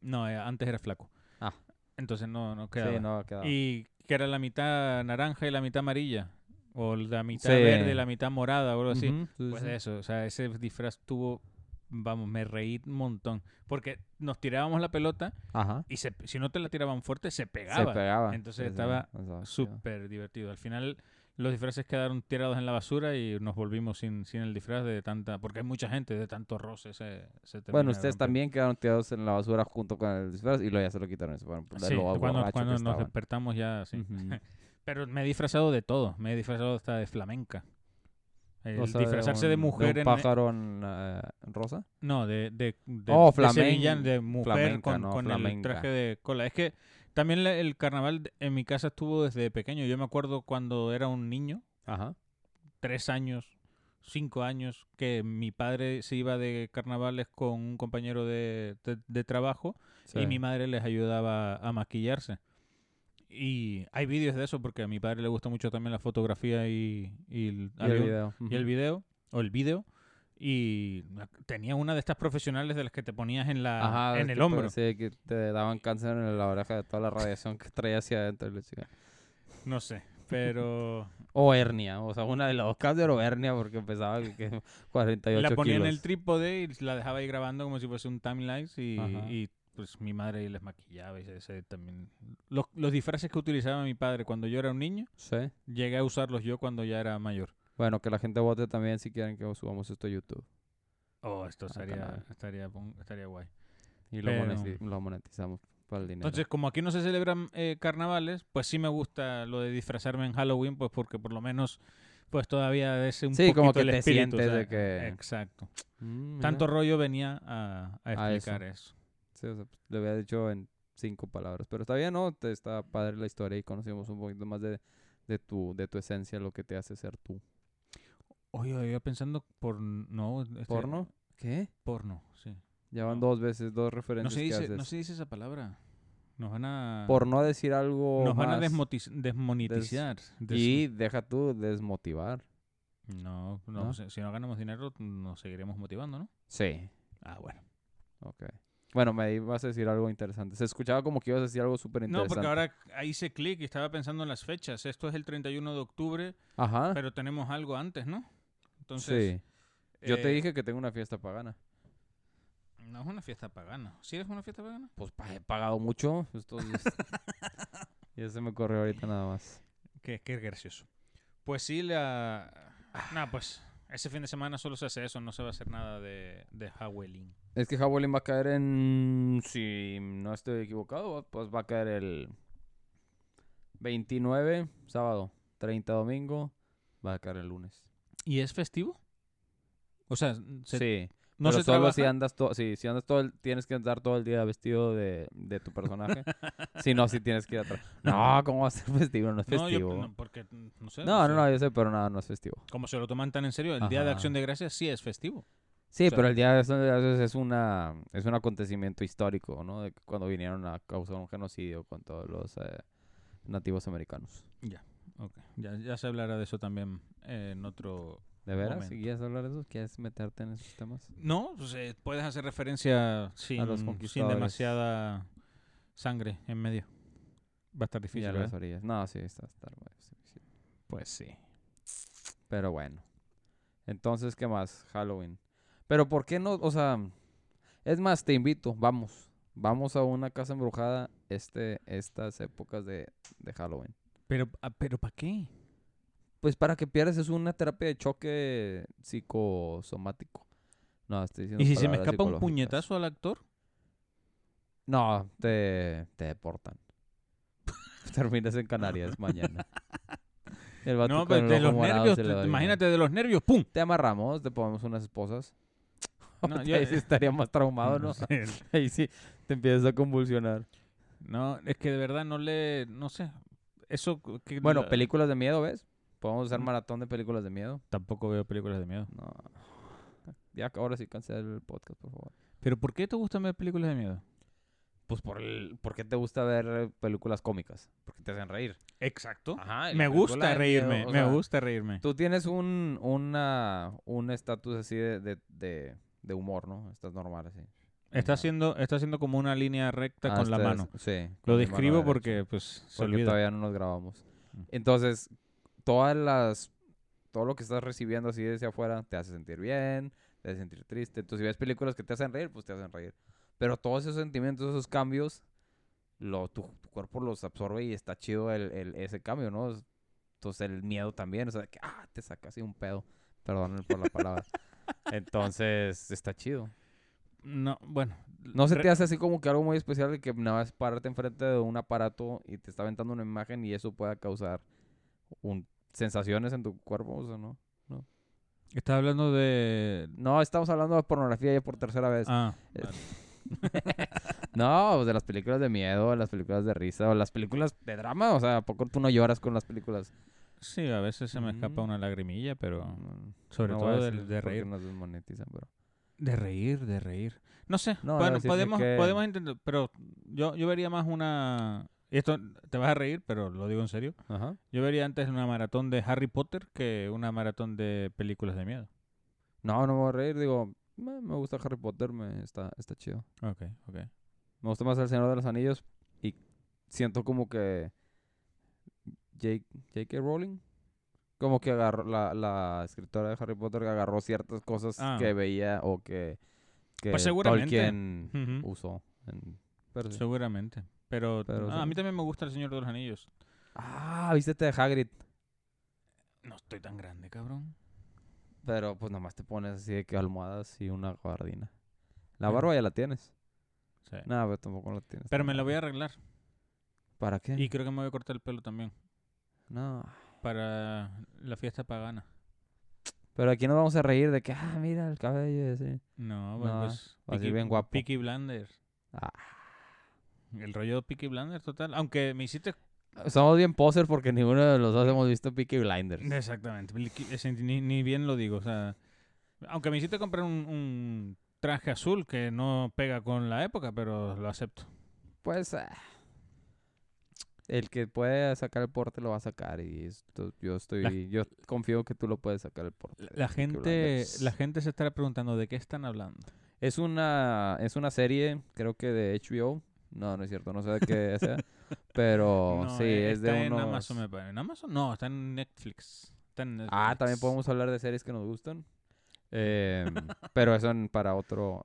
Speaker 2: No, eh, antes era flaco.
Speaker 1: Ah.
Speaker 2: Entonces no, no quedaba.
Speaker 1: Sí, no, quedaba.
Speaker 2: Y que era la mitad naranja y la mitad amarilla. O la mitad
Speaker 1: Sí.
Speaker 2: verde y la mitad morada o algo así.
Speaker 1: Ujú, sí, sí,
Speaker 2: Pues
Speaker 1: sí.
Speaker 2: eso, o sea, ese disfraz tuvo, vamos, me reí un montón. Porque nos tirábamos la pelota
Speaker 1: Ajá.
Speaker 2: y se- si no te la tiraban fuerte, se
Speaker 1: Se
Speaker 2: pegaba.
Speaker 1: pegaba.
Speaker 2: Entonces
Speaker 1: Sí, sí,
Speaker 2: estaba
Speaker 1: o sea,
Speaker 2: Súper divertido. Al final los disfraces quedaron tirados en la basura y nos volvimos sin, sin el disfraz de tanta... Porque hay mucha gente, de tanto roce se, se termina
Speaker 1: Bueno,
Speaker 2: de
Speaker 1: ustedes
Speaker 2: romper.
Speaker 1: también quedaron tirados en la basura junto con el disfraz y luego ya se lo quitaron. y Se fueron de
Speaker 2: Sí,
Speaker 1: lo
Speaker 2: cuando,
Speaker 1: borracho
Speaker 2: cuando
Speaker 1: que
Speaker 2: nos
Speaker 1: estaban.
Speaker 2: despertamos ya, sí.
Speaker 1: Ujú.
Speaker 2: Pero me he disfrazado de todo. Me he disfrazado hasta de flamenca. El
Speaker 1: O sea, de
Speaker 2: disfrazarse de,
Speaker 1: un-
Speaker 2: mujer
Speaker 1: De
Speaker 2: en... e-,
Speaker 1: un pájaro en, eh, rosa.
Speaker 2: No, de, de, de,
Speaker 1: Oh,
Speaker 2: de sevillana,
Speaker 1: flamen-
Speaker 2: de mujer
Speaker 1: flamenca,
Speaker 2: con,
Speaker 1: no,
Speaker 2: con el
Speaker 1: flamenca.
Speaker 2: traje de cola. Es que también la- el carnaval de- en mi casa estuvo desde pequeño. Yo me acuerdo cuando era un niño,
Speaker 1: Ajá.
Speaker 2: tres años, cinco años, que mi padre se iba de carnavales con un compañero de, de- de trabajo y mi madre les ayudaba a maquillarse. Y hay vídeos de eso porque a mi padre le gusta mucho también la fotografía y, y el,
Speaker 1: Y el
Speaker 2: había
Speaker 1: video.
Speaker 2: un- y el
Speaker 1: ujú.
Speaker 2: video, o el vídeo, y la- tenía una de estas profesionales de las que te ponías en la
Speaker 1: Ajá,
Speaker 2: en
Speaker 1: que
Speaker 2: el hombro.
Speaker 1: parecía que te daban cáncer en la oreja de toda la radiación que traía hacia adentro. y la chica.
Speaker 2: No sé, pero
Speaker 1: O hernia, o sea, una de las dos cáncer o hernia porque empezaba que, que 48
Speaker 2: la ponía
Speaker 1: kilos.
Speaker 2: en el trípode y la dejaba ahí grabando como si fuese un timelapse y,
Speaker 1: Ajá.
Speaker 2: y pues mi madre ahí les maquillaba y se- se también los, los disfraces que utilizaba mi padre cuando yo era un niño,
Speaker 1: Sí.
Speaker 2: llegué a usarlos yo cuando ya era mayor.
Speaker 1: Bueno, que la gente vote también si quieren que subamos esto a YouTube.
Speaker 2: Oh, esto
Speaker 1: Ah,
Speaker 2: estaría
Speaker 1: canal.
Speaker 2: estaría pon- estaría guay.
Speaker 1: Y lo,
Speaker 2: Pero-
Speaker 1: moneti- lo monetizamos para el dinero.
Speaker 2: Entonces, como aquí no se celebran eh, carnavales, pues sí me gusta lo de disfrazarme en Halloween, pues porque por lo menos pues todavía es un
Speaker 1: Sí, como
Speaker 2: poquito
Speaker 1: que
Speaker 2: el
Speaker 1: te
Speaker 2: espíritu,
Speaker 1: sientes
Speaker 2: o sea,
Speaker 1: de que-
Speaker 2: Exacto.
Speaker 1: Mm, mira.
Speaker 2: Tanto rollo venía a, a
Speaker 1: A
Speaker 2: explicar eso.
Speaker 1: Sí, o sea, pues, lo había dicho en cinco palabras. Pero está bien, ¿no? Te- está padre la historia y conocimos un poquito más de, de, tu, de tu esencia, lo que te hace ser tú.
Speaker 2: Oye, oye, yo pensando por no este,
Speaker 1: ¿Porno? ¿Qué?
Speaker 2: Porno, sí.
Speaker 1: Ya van
Speaker 2: No.
Speaker 1: dos veces, dos
Speaker 2: No
Speaker 1: referencias
Speaker 2: se
Speaker 1: que
Speaker 2: dice,
Speaker 1: haces.
Speaker 2: no se dice esa palabra. Nos van a
Speaker 1: Por no decir algo
Speaker 2: nos van a
Speaker 1: más.
Speaker 2: desmotiz- desmonetizar. Des-
Speaker 1: Y deja tú desmotivar.
Speaker 2: no, no,
Speaker 1: ¿No?
Speaker 2: pues, si no ganamos dinero nos seguiremos motivando, ¿no?
Speaker 1: Sí.
Speaker 2: Ah, bueno.
Speaker 1: Ok. Bueno, me ibas a decir algo interesante. Se escuchaba como que ibas a decir algo súper
Speaker 2: No,
Speaker 1: interesante.
Speaker 2: porque ahora ahí hice clic y estaba pensando en las fechas. Esto es el 31 de octubre,
Speaker 1: Ajá.
Speaker 2: pero tenemos algo antes, ¿no? Entonces,
Speaker 1: Ah. sí. Yo te
Speaker 2: eh,
Speaker 1: dije que tengo una fiesta pagana.
Speaker 2: No es una fiesta pagana. ¿Sí es una fiesta pagana?
Speaker 1: Pues pa- he pagado mucho. Esto es- ya se me corrió ahorita nada más.
Speaker 2: Qué, qué gracioso. Pues sí, la...
Speaker 1: Ah.
Speaker 2: Nah, pues ese fin de semana solo se hace eso, no se va a hacer nada de, de Halloween.
Speaker 1: Es que Halloween va a caer en... Si no estoy equivocado, va- pues va a caer el 29, sábado, 30, domingo, va a caer el lunes.
Speaker 2: ¿Y es festivo? O sea, se-
Speaker 1: sí.
Speaker 2: no
Speaker 1: pero
Speaker 2: se
Speaker 1: solo
Speaker 2: trabaja.
Speaker 1: si andas todo, sí, si andas todo el, tienes que andar todo el día vestido de, de tu personaje. si no, si tienes que ir atrás. No, ¿cómo va a ser festivo? No es
Speaker 2: No, yo-
Speaker 1: festivo. No,
Speaker 2: no, porque no sé.
Speaker 1: no,
Speaker 2: sé.
Speaker 1: no, yo sé, pero nada, no es festivo.
Speaker 2: Como se lo toman tan en serio, el Día de
Speaker 1: Ajá.
Speaker 2: Acción de Gracias sí es festivo.
Speaker 1: Sí,
Speaker 2: sea-
Speaker 1: pero el Día de Acción de Gracias es una es un acontecimiento histórico, ¿no? De que cuando vinieron a causar un genocidio con todos los eh, nativos americanos.
Speaker 2: Ya, ya se hablará de eso también eh, en otro...
Speaker 1: ¿De veras?
Speaker 2: Momento.
Speaker 1: ¿Quieres hablar de eso? ¿Quieres meterte en esos temas?
Speaker 2: No, pues, eh, puedes hacer referencia sin,
Speaker 1: los
Speaker 2: sin
Speaker 1: conquistadores.
Speaker 2: demasiada sangre en medio. Va a estar difícil,
Speaker 1: Ya
Speaker 2: ¿eh?
Speaker 1: las
Speaker 2: ¿verdad?
Speaker 1: orillas. No, sí, está, está- sí, sí.
Speaker 2: Pues sí.
Speaker 1: Pero bueno. Entonces, ¿qué más? Halloween. Pero ¿por qué no? O sea, es más, te invito, vamos. Vamos a una casa embrujada este, estas épocas de, de Halloween.
Speaker 2: Pero, ah, pero ¿para qué?
Speaker 1: Pues para que pierdas es una terapia de choque psicosomático. No, estoy diciendo
Speaker 2: ¿Y si se me
Speaker 1: palabras
Speaker 2: escapa un
Speaker 1: psicológicas.
Speaker 2: puñetazo al actor?
Speaker 1: No, te, te deportan. Terminas en Canarias mañana. El vato
Speaker 2: No,
Speaker 1: con Ah,
Speaker 2: pero
Speaker 1: el
Speaker 2: de
Speaker 1: ojo
Speaker 2: los
Speaker 1: morado
Speaker 2: nervios,
Speaker 1: se
Speaker 2: te-
Speaker 1: le va a ir.
Speaker 2: imagínate de los nervios, ¡pum!
Speaker 1: Te amarramos, te ponemos unas esposas.
Speaker 2: No,
Speaker 1: Ahorita
Speaker 2: yo-
Speaker 1: ahí sí estaría más traumado, ¿no?
Speaker 2: No sé.
Speaker 1: Ahí sí te empiezas a convulsionar.
Speaker 2: No, es que de verdad no le, no sé. Eso que
Speaker 1: Bueno,
Speaker 2: la-
Speaker 1: películas de miedo, ¿ves? Podemos hacer
Speaker 2: Mm.
Speaker 1: maratón de películas de miedo.
Speaker 2: tampoco veo películas de miedo.
Speaker 1: No. Ya, ahora sí cancela el podcast, por favor.
Speaker 2: ¿Pero por qué te gustan ver películas de miedo?
Speaker 1: Pues por el, ¿por qué te gusta ver películas cómicas? Porque te hacen reír.
Speaker 2: Exacto.
Speaker 1: Ajá. y
Speaker 2: Oh, me
Speaker 1: la película
Speaker 2: gusta
Speaker 1: Ah, de
Speaker 2: reírme,
Speaker 1: miedo, o
Speaker 2: me
Speaker 1: sea,
Speaker 2: gusta reírme.
Speaker 1: Tú tienes un una un estatus así de, de, de- de humor, ¿no? Estás normal así.
Speaker 2: Está
Speaker 1: Ah.
Speaker 2: haciendo, está haciendo como una línea recta con la
Speaker 1: estás-
Speaker 2: mano.
Speaker 1: Sí. Ah, con
Speaker 2: Lo
Speaker 1: la mano
Speaker 2: describo
Speaker 1: derecha.
Speaker 2: porque pues se
Speaker 1: porque
Speaker 2: olvida.
Speaker 1: todavía no nos grabamos.
Speaker 2: Mm.
Speaker 1: Entonces, todas las todo lo que estás recibiendo así desde afuera te hace sentir bien, te hace sentir triste. Entonces, si ves películas que te hacen reír, pues te hacen reír. Pero todos esos sentimientos, esos cambios, lo, tu, tu cuerpo los absorbe y está chido el, el- ese cambio, ¿no? Es- Entonces el miedo también, o sea, que ah, te saca así un pedo. Perdonen por la palabra. Entonces, está chido.
Speaker 2: No, bueno.
Speaker 1: No se
Speaker 2: re-
Speaker 1: te hace así como que algo muy especial de que nada más pararte enfrente de un aparato y te está aventando una imagen y eso pueda causar un- sensaciones en tu cuerpo, o sea, ¿no?
Speaker 2: Estás hablando de...
Speaker 1: No, estamos hablando de pornografía ya por tercera vez.
Speaker 2: Ah,
Speaker 1: Eh, No, pues de las películas de miedo, de las películas de risa, o las películas de drama, o sea, ¿a poco tú no lloras con las películas?
Speaker 2: sí, a veces se me escapa
Speaker 1: Ujú.
Speaker 2: una lagrimilla, pero
Speaker 1: Mm,
Speaker 2: sobre
Speaker 1: no voy a
Speaker 2: todo de,
Speaker 1: decir
Speaker 2: de
Speaker 1: porque
Speaker 2: reír.
Speaker 1: nos desmonetizan, pero...
Speaker 2: De reír, de reír. No sé.
Speaker 1: No, no
Speaker 2: bueno,
Speaker 1: decirme
Speaker 2: podemos,
Speaker 1: que-
Speaker 2: podemos intentar, pero yo, yo vería más una... y Esto te vas a reír, pero lo digo en serio.
Speaker 1: Ajá.
Speaker 2: Yo vería antes una maratón de Harry Potter que una maratón de películas de miedo.
Speaker 1: No, no me voy a reír, digo, "Me- me gusta Harry Potter, me está, está chido.
Speaker 2: Ok, ok.
Speaker 1: Me gusta más El Señor de los Anillos y siento como que Jake- J.K. Rowling, como que agarró, la, la escritora de Harry Potter agarró ciertas cosas
Speaker 2: Ah. Pues
Speaker 1: que veía o que, que
Speaker 2: seguramente.
Speaker 1: Tolkien
Speaker 2: Ujú.
Speaker 1: usó. en- pero sí.
Speaker 2: Uh, Seguramente. Pero,
Speaker 1: Pero
Speaker 2: ah, a
Speaker 1: sí.
Speaker 2: mí también me gusta El Señor de los Anillos.
Speaker 1: Ah, vístete de Hagrid.
Speaker 2: No estoy tan grande, cabrón.
Speaker 1: Pero pues nomás te pones así de que almohadas y una gabardina. La
Speaker 2: Bueno.
Speaker 1: barba ya la tienes.
Speaker 2: Sí.
Speaker 1: No, pero tampoco la tienes.
Speaker 2: Pero
Speaker 1: tan
Speaker 2: me la voy a
Speaker 1: larga.
Speaker 2: arreglar.
Speaker 1: ¿Para qué?
Speaker 2: Y creo que me voy a cortar el pelo también.
Speaker 1: No.
Speaker 2: Para la fiesta pagana.
Speaker 1: Pero aquí nos vamos a reír de que, ah, mira el cabello y así.
Speaker 2: No,
Speaker 1: No,
Speaker 2: pues.
Speaker 1: va a ser bien guapo.
Speaker 2: Peaky Blinders.
Speaker 1: Ah.
Speaker 2: El rollo de Peaky Blinders, total. Aunque me hiciste.
Speaker 1: Somos bien poser porque ninguno de los dos hemos visto Peaky Blinders.
Speaker 2: Exactamente. Peaky- ese Ni, ni bien lo digo. O sea. Aunque me hiciste comprar un, un traje azul que no pega con la época, pero lo acepto.
Speaker 1: Pues ah, el que puede sacar el porte lo va a sacar y esto- yo estoy yo confío que tú lo puedes sacar el porte. de
Speaker 2: La
Speaker 1: Peaky
Speaker 2: gente,
Speaker 1: Blinders.
Speaker 2: la gente se estará preguntando de qué están hablando.
Speaker 1: es una es una serie, creo que de HBO. No, no es cierto, no sé de qué sea, pero
Speaker 2: No,
Speaker 1: Oh, sí
Speaker 2: eh,
Speaker 1: es de
Speaker 2: está
Speaker 1: unos
Speaker 2: en Amazon, me parece. ¿En Amazon? No, está en Netflix. Está en
Speaker 1: Ah,
Speaker 2: Netflix.
Speaker 1: también podemos hablar de series que nos gustan. Em, pero eso en- para otro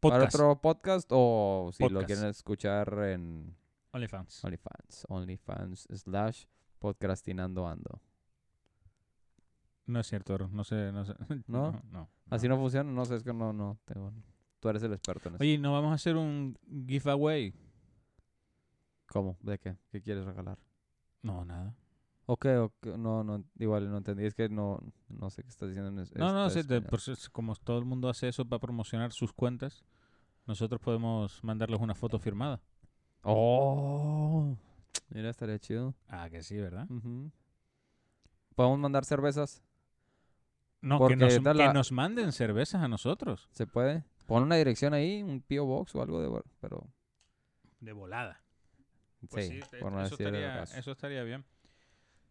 Speaker 1: para
Speaker 2: Podcast.
Speaker 1: otro podcast o si lo
Speaker 2: Podcast.
Speaker 1: quieren escuchar en
Speaker 2: OnlyFans.
Speaker 1: OnlyFans. OnlyFans slash podcastinando ando.
Speaker 2: No es cierto, Ro, no sé, no sé.
Speaker 1: ¿No?
Speaker 2: No, no.
Speaker 1: Así no funciona, no sé, es que no, no tengo. Tú eres el experto en eso.
Speaker 2: Oye, ¿no vamos a hacer un giveaway?
Speaker 1: ¿Cómo? ¿De qué? ¿Qué quieres regalar?
Speaker 2: No, nada.
Speaker 1: Ok, ok, no, no, igual no entendí, es que no, no sé qué estás diciendo en es-
Speaker 2: No, no,
Speaker 1: este
Speaker 2: sí, te-
Speaker 1: español.
Speaker 2: pues, es como todo el mundo hace eso para promocionar sus cuentas, nosotros podemos mandarles una foto firmada.
Speaker 1: ¡Oh! Mira, estaría chido.
Speaker 2: Ah, que sí, ¿verdad?
Speaker 1: Ujú. ¿Podemos mandar cervezas?
Speaker 2: No, que
Speaker 1: Porque
Speaker 2: nos,
Speaker 1: da
Speaker 2: que
Speaker 1: la-
Speaker 2: nos manden cervezas a nosotros.
Speaker 1: ¿Se puede? Pon una dirección ahí, un P.O. Box o algo de... Pero...
Speaker 2: De volada. Pues
Speaker 1: sí,
Speaker 2: te-
Speaker 1: por no
Speaker 2: eso,
Speaker 1: decir el
Speaker 2: estaría,
Speaker 1: caso.
Speaker 2: eso estaría bien.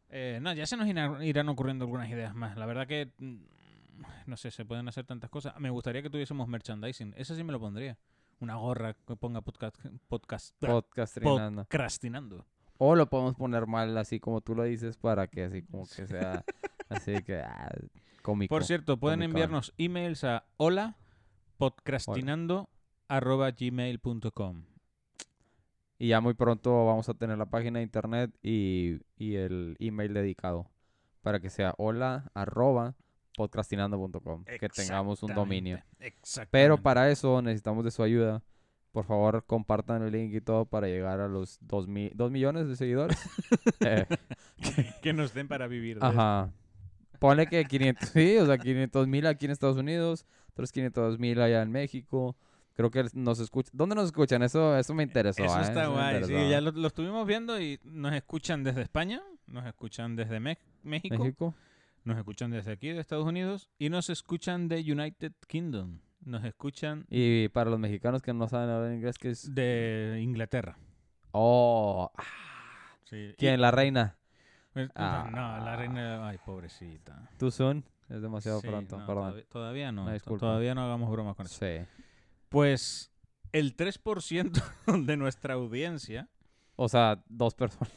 Speaker 2: Eh, no, ya se nos ina- irán ocurriendo algunas ideas más. La verdad que, mm, no sé, se pueden hacer tantas cosas. Me gustaría que tuviésemos merchandising. Eso sí me lo pondría. Una gorra que ponga podcast, podcast
Speaker 1: Podcastinando.
Speaker 2: crastinando.
Speaker 1: O lo podemos poner mal, así como tú lo dices, para que así como que sea así que ah, cómico.
Speaker 2: Por cierto, pueden
Speaker 1: Comic-Con.
Speaker 2: enviarnos emails a hola gmail.com
Speaker 1: Y ya muy pronto vamos a tener la página de internet y, y el email dedicado para que sea hola arroba podcastinando.com que tengamos un dominio.
Speaker 2: Exactamente.
Speaker 1: Pero para eso necesitamos de su ayuda. Por favor, compartan el link y todo para llegar a los 2 mi, dos millones de seguidores. Eh,
Speaker 2: que nos den para vivir. de
Speaker 1: Ajá. Pone que 500, sí, o sea, 500 mil aquí en Estados Unidos, otros 500 mil allá en México. Creo que nos escuchan. ¿Dónde nos escuchan? Eso, eso me interesó.
Speaker 2: Eso
Speaker 1: ¿eh?
Speaker 2: está
Speaker 1: me
Speaker 2: guay, sí,
Speaker 1: interesó.
Speaker 2: ya lo, lo estuvimos viendo y nos escuchan desde España, nos escuchan desde Mex- México,
Speaker 1: México.
Speaker 2: Nos escuchan desde aquí, de Estados Unidos, y nos escuchan de United Kingdom. Nos escuchan
Speaker 1: Y para los mexicanos que no saben hablar inglés, que es.
Speaker 2: de Inglaterra.
Speaker 1: Oh, ah,
Speaker 2: Sí.
Speaker 1: ¿quién? La reina.
Speaker 2: Y- eh,
Speaker 1: Ah.
Speaker 2: No, la reina... Ay, pobrecita.
Speaker 1: Too soon. Es demasiado
Speaker 2: Sí,
Speaker 1: pronto,
Speaker 2: no,
Speaker 1: perdón.
Speaker 2: Todavía, todavía no.
Speaker 1: Una
Speaker 2: to-
Speaker 1: disculpa.
Speaker 2: Todavía no hagamos bromas con eso.
Speaker 1: Sí.
Speaker 2: Pues el 3% de nuestra audiencia,
Speaker 1: O sea, dos personas.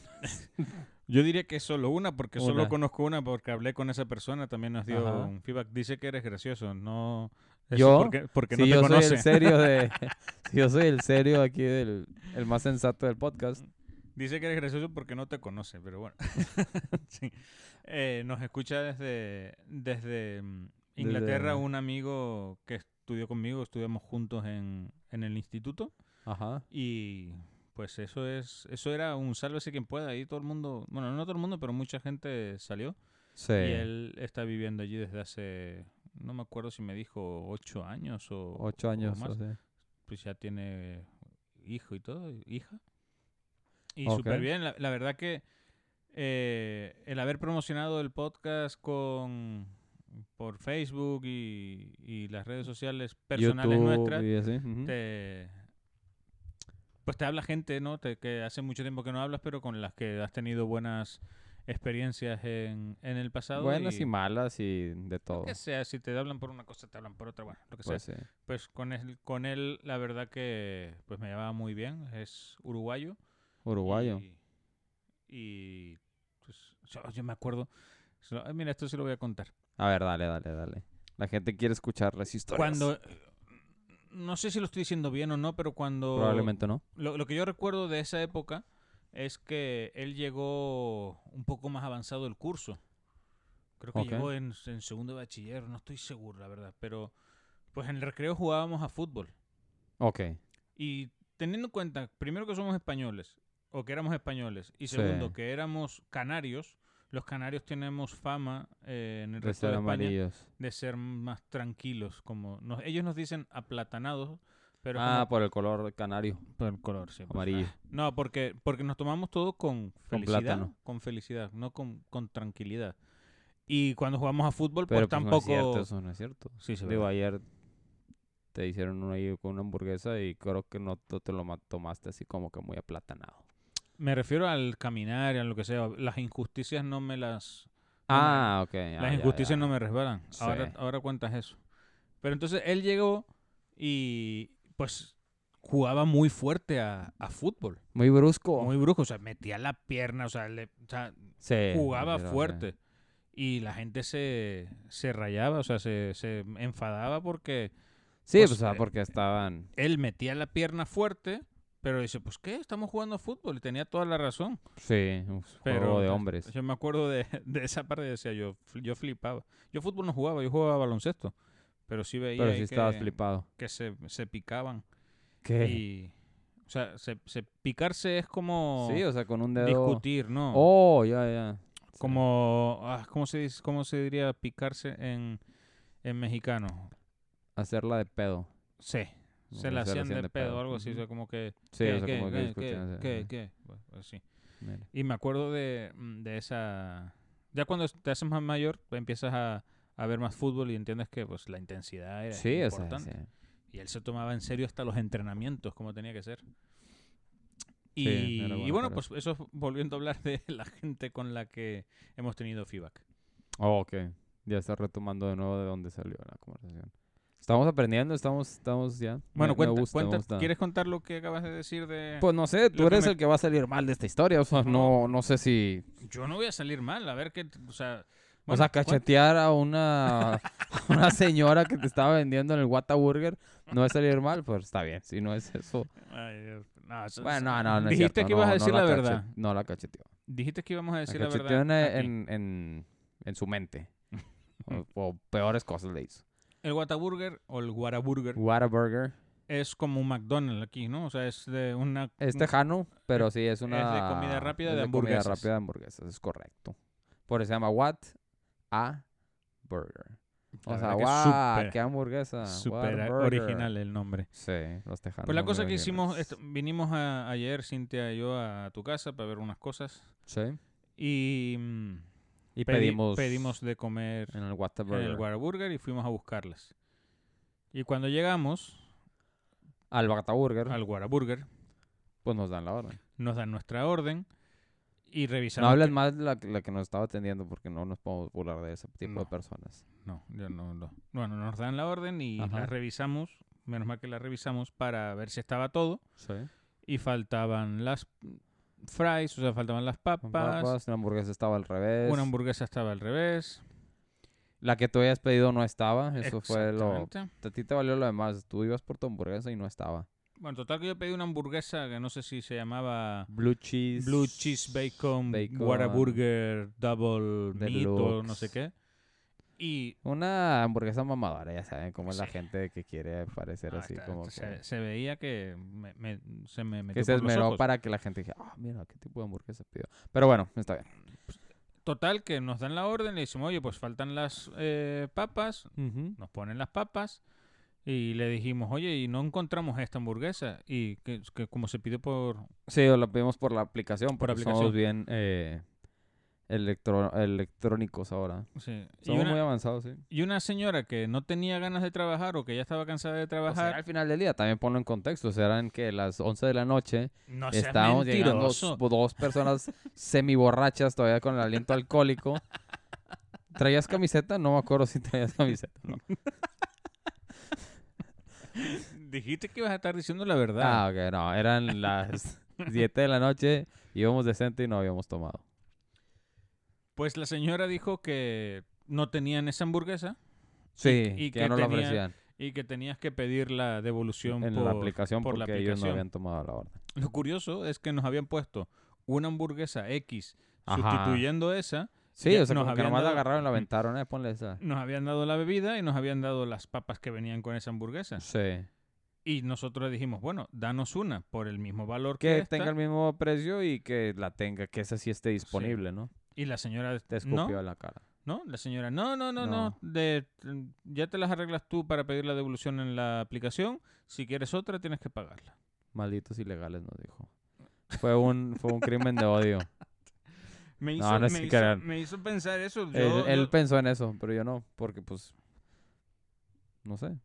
Speaker 2: yo diría que es solo una, porque solo
Speaker 1: Una.
Speaker 2: conozco una porque hablé con esa persona, también nos dio
Speaker 1: Ajá.
Speaker 2: un feedback. Dice que eres gracioso, no... eso
Speaker 1: ¿Yo?
Speaker 2: Porque, porque
Speaker 1: si
Speaker 2: no te
Speaker 1: yo
Speaker 2: conoce.
Speaker 1: soy el serio de. si yo soy el serio aquí, del, el más sensato del podcast.
Speaker 2: Dice que eres gracioso porque no te conoce, pero bueno. Sí. Eh, nos escucha desde, desde mm, Inglaterra
Speaker 1: Desde-
Speaker 2: un amigo que estudió conmigo, estudiamos juntos en, en el instituto
Speaker 1: Ajá.
Speaker 2: y pues eso es eso era un sálvese quien pueda, ahí todo el mundo, bueno, no todo el mundo, pero mucha gente salió
Speaker 1: Sí.
Speaker 2: y él está viviendo allí desde hace no me acuerdo si me dijo ocho años o
Speaker 1: Ocho
Speaker 2: o
Speaker 1: años.
Speaker 2: más
Speaker 1: o sea.
Speaker 2: pues ya tiene hijo y todo, hija. Y
Speaker 1: Ok.
Speaker 2: súper bien, la, la verdad que eh, el haber promocionado el podcast con por Facebook y, y las redes sociales personales
Speaker 1: YouTube
Speaker 2: nuestras,
Speaker 1: y así, ujú.
Speaker 2: te- pues te habla gente, ¿no? Te- que hace mucho tiempo que no hablas, pero con las que has tenido buenas experiencias en, en el pasado.
Speaker 1: Buenas y
Speaker 2: más.
Speaker 1: malas y de todo.
Speaker 2: Que sea, si te hablan por una cosa, te hablan por otra, bueno, lo que sea.
Speaker 1: Pues sí.
Speaker 2: Pues con él, con él la verdad que pues me llevaba muy bien. Es uruguayo.
Speaker 1: Uruguayo.
Speaker 2: Y, y, pues, yo, yo me acuerdo. so- ah, Mira, esto se lo voy a contar.
Speaker 1: A ver, dale, dale, dale. La gente quiere escuchar las historias.
Speaker 2: Cuando eh, no sé si lo estoy diciendo bien o no, pero cuando
Speaker 1: Probablemente no.
Speaker 2: lo, lo que yo recuerdo de esa época es que él llegó un poco más avanzado el curso. Creo que
Speaker 1: Ok.
Speaker 2: llegó en, en segundo de bachiller, no estoy seguro, la verdad. Pero pues en el recreo jugábamos a fútbol.
Speaker 1: Ok.
Speaker 2: Y teniendo en cuenta, primero que somos españoles, o que éramos españoles, y
Speaker 1: Sí.
Speaker 2: segundo que éramos canarios, los canarios tenemos fama eh, en el
Speaker 1: De
Speaker 2: resto
Speaker 1: ser
Speaker 2: de España
Speaker 1: amarillos.
Speaker 2: de ser más tranquilos, como nos- ellos nos dicen aplatanados, pero
Speaker 1: Ah,
Speaker 2: como-
Speaker 1: por el color canario.
Speaker 2: por el color, sí. pues,
Speaker 1: Amarillo.
Speaker 2: ah. No, porque, porque nos tomamos todo con felicidad,
Speaker 1: plátano.
Speaker 2: con felicidad, no con, con tranquilidad. Y cuando jugamos a fútbol,
Speaker 1: Pero pues,
Speaker 2: pues, tampoco...
Speaker 1: no es cierto, eso no es cierto.
Speaker 2: Sí, sí,
Speaker 1: Digo,
Speaker 2: verdad.
Speaker 1: ayer te hicieron uno ahí con una hamburguesa y creo que no to- te lo ma- tomaste así como que muy aplatanado.
Speaker 2: Me refiero al caminar y a lo que sea. Las injusticias no me las... No, no,
Speaker 1: Ah, ok.
Speaker 2: Las injusticias no me resbalan.
Speaker 1: Sí.
Speaker 2: Ahora, ahora cuentas eso. Pero entonces él llegó y pues jugaba muy fuerte a, a fútbol.
Speaker 1: Muy brusco.
Speaker 2: Muy brusco. O sea, metía la pierna, o sea, le- o sea,
Speaker 1: Sí,
Speaker 2: jugaba
Speaker 1: literal, sí.
Speaker 2: fuerte. Y la gente se, se rayaba, o sea, se, se enfadaba porque
Speaker 1: Sí,
Speaker 2: Pues,
Speaker 1: pues, o sea,
Speaker 2: eh,
Speaker 1: porque estaban...
Speaker 2: él metía la pierna fuerte, pero dice, pues ¿qué? Estamos jugando a fútbol. Y tenía toda la razón.
Speaker 1: Sí, un
Speaker 2: Pero
Speaker 1: juego de
Speaker 2: pues,
Speaker 1: hombres.
Speaker 2: Yo me acuerdo de, de esa parte decía yo, fl- yo flipaba. Yo fútbol no jugaba, yo jugaba baloncesto. Pero sí veía
Speaker 1: Pero
Speaker 2: ahí
Speaker 1: sí
Speaker 2: que,
Speaker 1: estabas flipado.
Speaker 2: que se, se picaban.
Speaker 1: ¿Qué?
Speaker 2: Y, o sea, se, se- picarse es como
Speaker 1: Sí, o sea, con un dedo...
Speaker 2: discutir, ¿no?
Speaker 1: Oh, ya, ya. Sí.
Speaker 2: Como, ah, ¿cómo, se dice, ¿cómo se diría picarse en, en mexicano?
Speaker 1: Hacerla de pedo.
Speaker 2: Sí,
Speaker 1: Como
Speaker 2: se la hacían de pedo o algo así, o sea, como que...
Speaker 1: Sí,
Speaker 2: ¿qué,
Speaker 1: o sea,
Speaker 2: qué,
Speaker 1: como que
Speaker 2: qué,
Speaker 1: discutían,
Speaker 2: qué,
Speaker 1: sí,
Speaker 2: qué, qué? Bueno, así.
Speaker 1: ajá. Mira.
Speaker 2: Y me acuerdo de, mm, de esa... Ya cuando es- te haces más mayor, pues, empiezas a, a ver más fútbol y entiendes que pues la intensidad era
Speaker 1: Sí, o sea,
Speaker 2: importante.
Speaker 1: sí.
Speaker 2: Y él se tomaba en serio hasta los entrenamientos, como tenía que ser. Y,
Speaker 1: Sí, era
Speaker 2: y
Speaker 1: bueno
Speaker 2: bueno,
Speaker 1: para
Speaker 2: pues eso es volviendo a hablar de la gente con la que hemos tenido feedback.
Speaker 1: Oh, ok. Ya está retomando de nuevo de dónde salió la conversación. Estamos aprendiendo, estamos, estamos ya. me,
Speaker 2: Bueno,
Speaker 1: me
Speaker 2: cuenta,
Speaker 1: gusta, me
Speaker 2: cuenta,
Speaker 1: gusta.
Speaker 2: ¿quieres contar lo que acabas de decir de...?
Speaker 1: Pues no sé,
Speaker 2: lo
Speaker 1: tú
Speaker 2: que
Speaker 1: eres
Speaker 2: me-
Speaker 1: el que va a salir mal de esta historia. O sea,
Speaker 2: No.
Speaker 1: no, no sé si.
Speaker 2: Yo no voy a salir mal, a ver qué... O sea,
Speaker 1: o
Speaker 2: bueno,
Speaker 1: sea,
Speaker 2: cuen-
Speaker 1: cachetear a una, a una señora que te estaba vendiendo en el Whataburger no es salir mal, pues está bien. Si no es eso.
Speaker 2: Ay, Dios, no, eso-
Speaker 1: Bueno, no, no, no. es
Speaker 2: Dijiste
Speaker 1: cierto,
Speaker 2: que ibas
Speaker 1: no,
Speaker 2: a
Speaker 1: no
Speaker 2: decir la,
Speaker 1: cachet-
Speaker 2: verdad.
Speaker 1: No la cacheteó.
Speaker 2: Dijiste que íbamos a decir la
Speaker 1: la
Speaker 2: verdad.
Speaker 1: cacheteó en,
Speaker 2: aquí.
Speaker 1: en, en- en su mente. o, o peores cosas le hizo.
Speaker 2: El Whataburger o el Guaraburger
Speaker 1: Whataburger.
Speaker 2: es como un McDonald's aquí, ¿no? O sea, es de una...
Speaker 1: Es tejano, pero sí es una.
Speaker 2: comida rápida
Speaker 1: es
Speaker 2: de hamburguesas.
Speaker 1: comida rápida de hamburguesas, es correcto. Por eso se llama What a Burger.
Speaker 2: La
Speaker 1: O sea,
Speaker 2: verdad que es
Speaker 1: wow,
Speaker 2: súper-
Speaker 1: qué hamburguesa. what a
Speaker 2: Súper a-
Speaker 1: burger".
Speaker 2: original el nombre.
Speaker 1: Sí, Ah, los tejanos.
Speaker 2: Pues la
Speaker 1: son
Speaker 2: cosa
Speaker 1: muy
Speaker 2: que hicimos,
Speaker 1: originales.
Speaker 2: esto- vinimos a- ayer Cintia y yo a tu casa para ver unas cosas
Speaker 1: Sí.
Speaker 2: y mm,
Speaker 1: Y
Speaker 2: Pedi-
Speaker 1: pedimos,
Speaker 2: pedimos de comer
Speaker 1: en el WhatsApp.
Speaker 2: en el Whataburger y fuimos a buscarlas. Y cuando llegamos
Speaker 1: al Whataburger,
Speaker 2: al Whataburger,
Speaker 1: pues nos dan la orden.
Speaker 2: nos dan nuestra orden y
Speaker 1: No
Speaker 2: revisamos.
Speaker 1: hablen
Speaker 2: que-
Speaker 1: más la, la que nos estaba atendiendo porque no nos podemos burlar de ese tipo de
Speaker 2: No.
Speaker 1: personas.
Speaker 2: No, yo no, no. Bueno, nos dan la orden y
Speaker 1: Ajá.
Speaker 2: la revisamos. Menos mal que la revisamos para ver si estaba todo.
Speaker 1: Sí.
Speaker 2: Y faltaban las fries, o sea, faltaban las papas.
Speaker 1: una hamburguesa estaba al revés.
Speaker 2: Una hamburguesa estaba al revés.
Speaker 1: La que tú habías pedido no estaba. Eso fue lo.
Speaker 2: Exactamente.
Speaker 1: A ti te valió lo demás. Tú ibas por tu hamburguesa y no estaba.
Speaker 2: Bueno, total que yo pedí una hamburguesa que no sé si se llamaba
Speaker 1: Blue cheese.
Speaker 2: Blue Cheese Bacon,
Speaker 1: Bacon.
Speaker 2: Whataburger Double Meat o no sé
Speaker 1: Deluxe.
Speaker 2: qué. Y
Speaker 1: Una hamburguesa mamadora, ya saben cómo es la
Speaker 2: Sí.
Speaker 1: gente que quiere parecer
Speaker 2: Ah,
Speaker 1: así
Speaker 2: está-
Speaker 1: como
Speaker 2: está-
Speaker 1: que,
Speaker 2: se, se veía que me- me- se me metió
Speaker 1: que se
Speaker 2: por los
Speaker 1: esmeró
Speaker 2: ojos.
Speaker 1: para que la gente dijera, ah, mira, qué tipo de hamburguesa pidió. Pero bueno, está bien.
Speaker 2: Total, que nos dan la orden y decimos, oye, pues faltan las eh, papas, nos ponen las papas y le dijimos, oye, y no encontramos esta hamburguesa. Y que, que como se pidió por...
Speaker 1: Sí, o la pedimos por la aplicación,
Speaker 2: Por
Speaker 1: porque
Speaker 2: aplicación.
Speaker 1: somos bien eh, electro- electrónicos ahora.
Speaker 2: sí. Y,
Speaker 1: Somos muy
Speaker 2: una,
Speaker 1: avanzados, sí.
Speaker 2: y una señora que no tenía ganas de trabajar o que ya estaba cansada de
Speaker 1: O sea,
Speaker 2: trabajar...
Speaker 1: al final del día, también ponlo en contexto, serán que las 11 de la noche
Speaker 2: no seas
Speaker 1: estábamos llegando
Speaker 2: mentiroso.
Speaker 1: dos, dos personas semiborrachas todavía con el aliento alcohólico. ¿Traías camiseta? No me acuerdo si traías camiseta. No.
Speaker 2: Dijiste que ibas a estar diciendo la verdad.
Speaker 1: Ah, ok, no, eran las 7 de la noche, íbamos decente y no habíamos tomado.
Speaker 2: Pues la señora dijo que no tenían esa hamburguesa
Speaker 1: Sí,
Speaker 2: y
Speaker 1: que
Speaker 2: que
Speaker 1: ya no la
Speaker 2: tenía
Speaker 1: ofrecían
Speaker 2: y que tenías que pedir la devolución
Speaker 1: en
Speaker 2: por...
Speaker 1: la aplicación
Speaker 2: por
Speaker 1: porque
Speaker 2: la
Speaker 1: ellos no
Speaker 2: aplicación.
Speaker 1: habían tomado la orden.
Speaker 2: Lo curioso es que nos habían puesto una hamburguesa X
Speaker 1: Ajá.
Speaker 2: sustituyendo esa,
Speaker 1: Sí,
Speaker 2: Ya
Speaker 1: o sea,
Speaker 2: nos
Speaker 1: como que
Speaker 2: habían
Speaker 1: nomás la
Speaker 2: dado-
Speaker 1: agarraron y la
Speaker 2: Mm.
Speaker 1: aventaron, eh, ponle esa.
Speaker 2: nos habían dado la bebida y nos habían dado las papas que venían con esa hamburguesa.
Speaker 1: Sí.
Speaker 2: Y nosotros dijimos, bueno, danos una por el mismo valor que,
Speaker 1: Que
Speaker 2: esta.
Speaker 1: tenga el mismo precio y que la tenga, que esa sí esté disponible, ¿no?
Speaker 2: Y la señora,
Speaker 1: Te escupió
Speaker 2: no,
Speaker 1: en la cara.
Speaker 2: no, la señora, no, no, no, no,
Speaker 1: No.
Speaker 2: de- ya te las arreglas tú para pedir la devolución en la aplicación. Si quieres otra, tienes que pagarla.
Speaker 1: Malditos ilegales, nos dijo. Fue un, fue un crimen de odio.
Speaker 2: Me
Speaker 1: No,
Speaker 2: hizo,
Speaker 1: no es
Speaker 2: me
Speaker 1: que
Speaker 2: hizo-
Speaker 1: crean.
Speaker 2: me hizo pensar eso. Yo,
Speaker 1: él, él
Speaker 2: yo-
Speaker 1: pensó en eso, pero yo no, porque pues, no sé.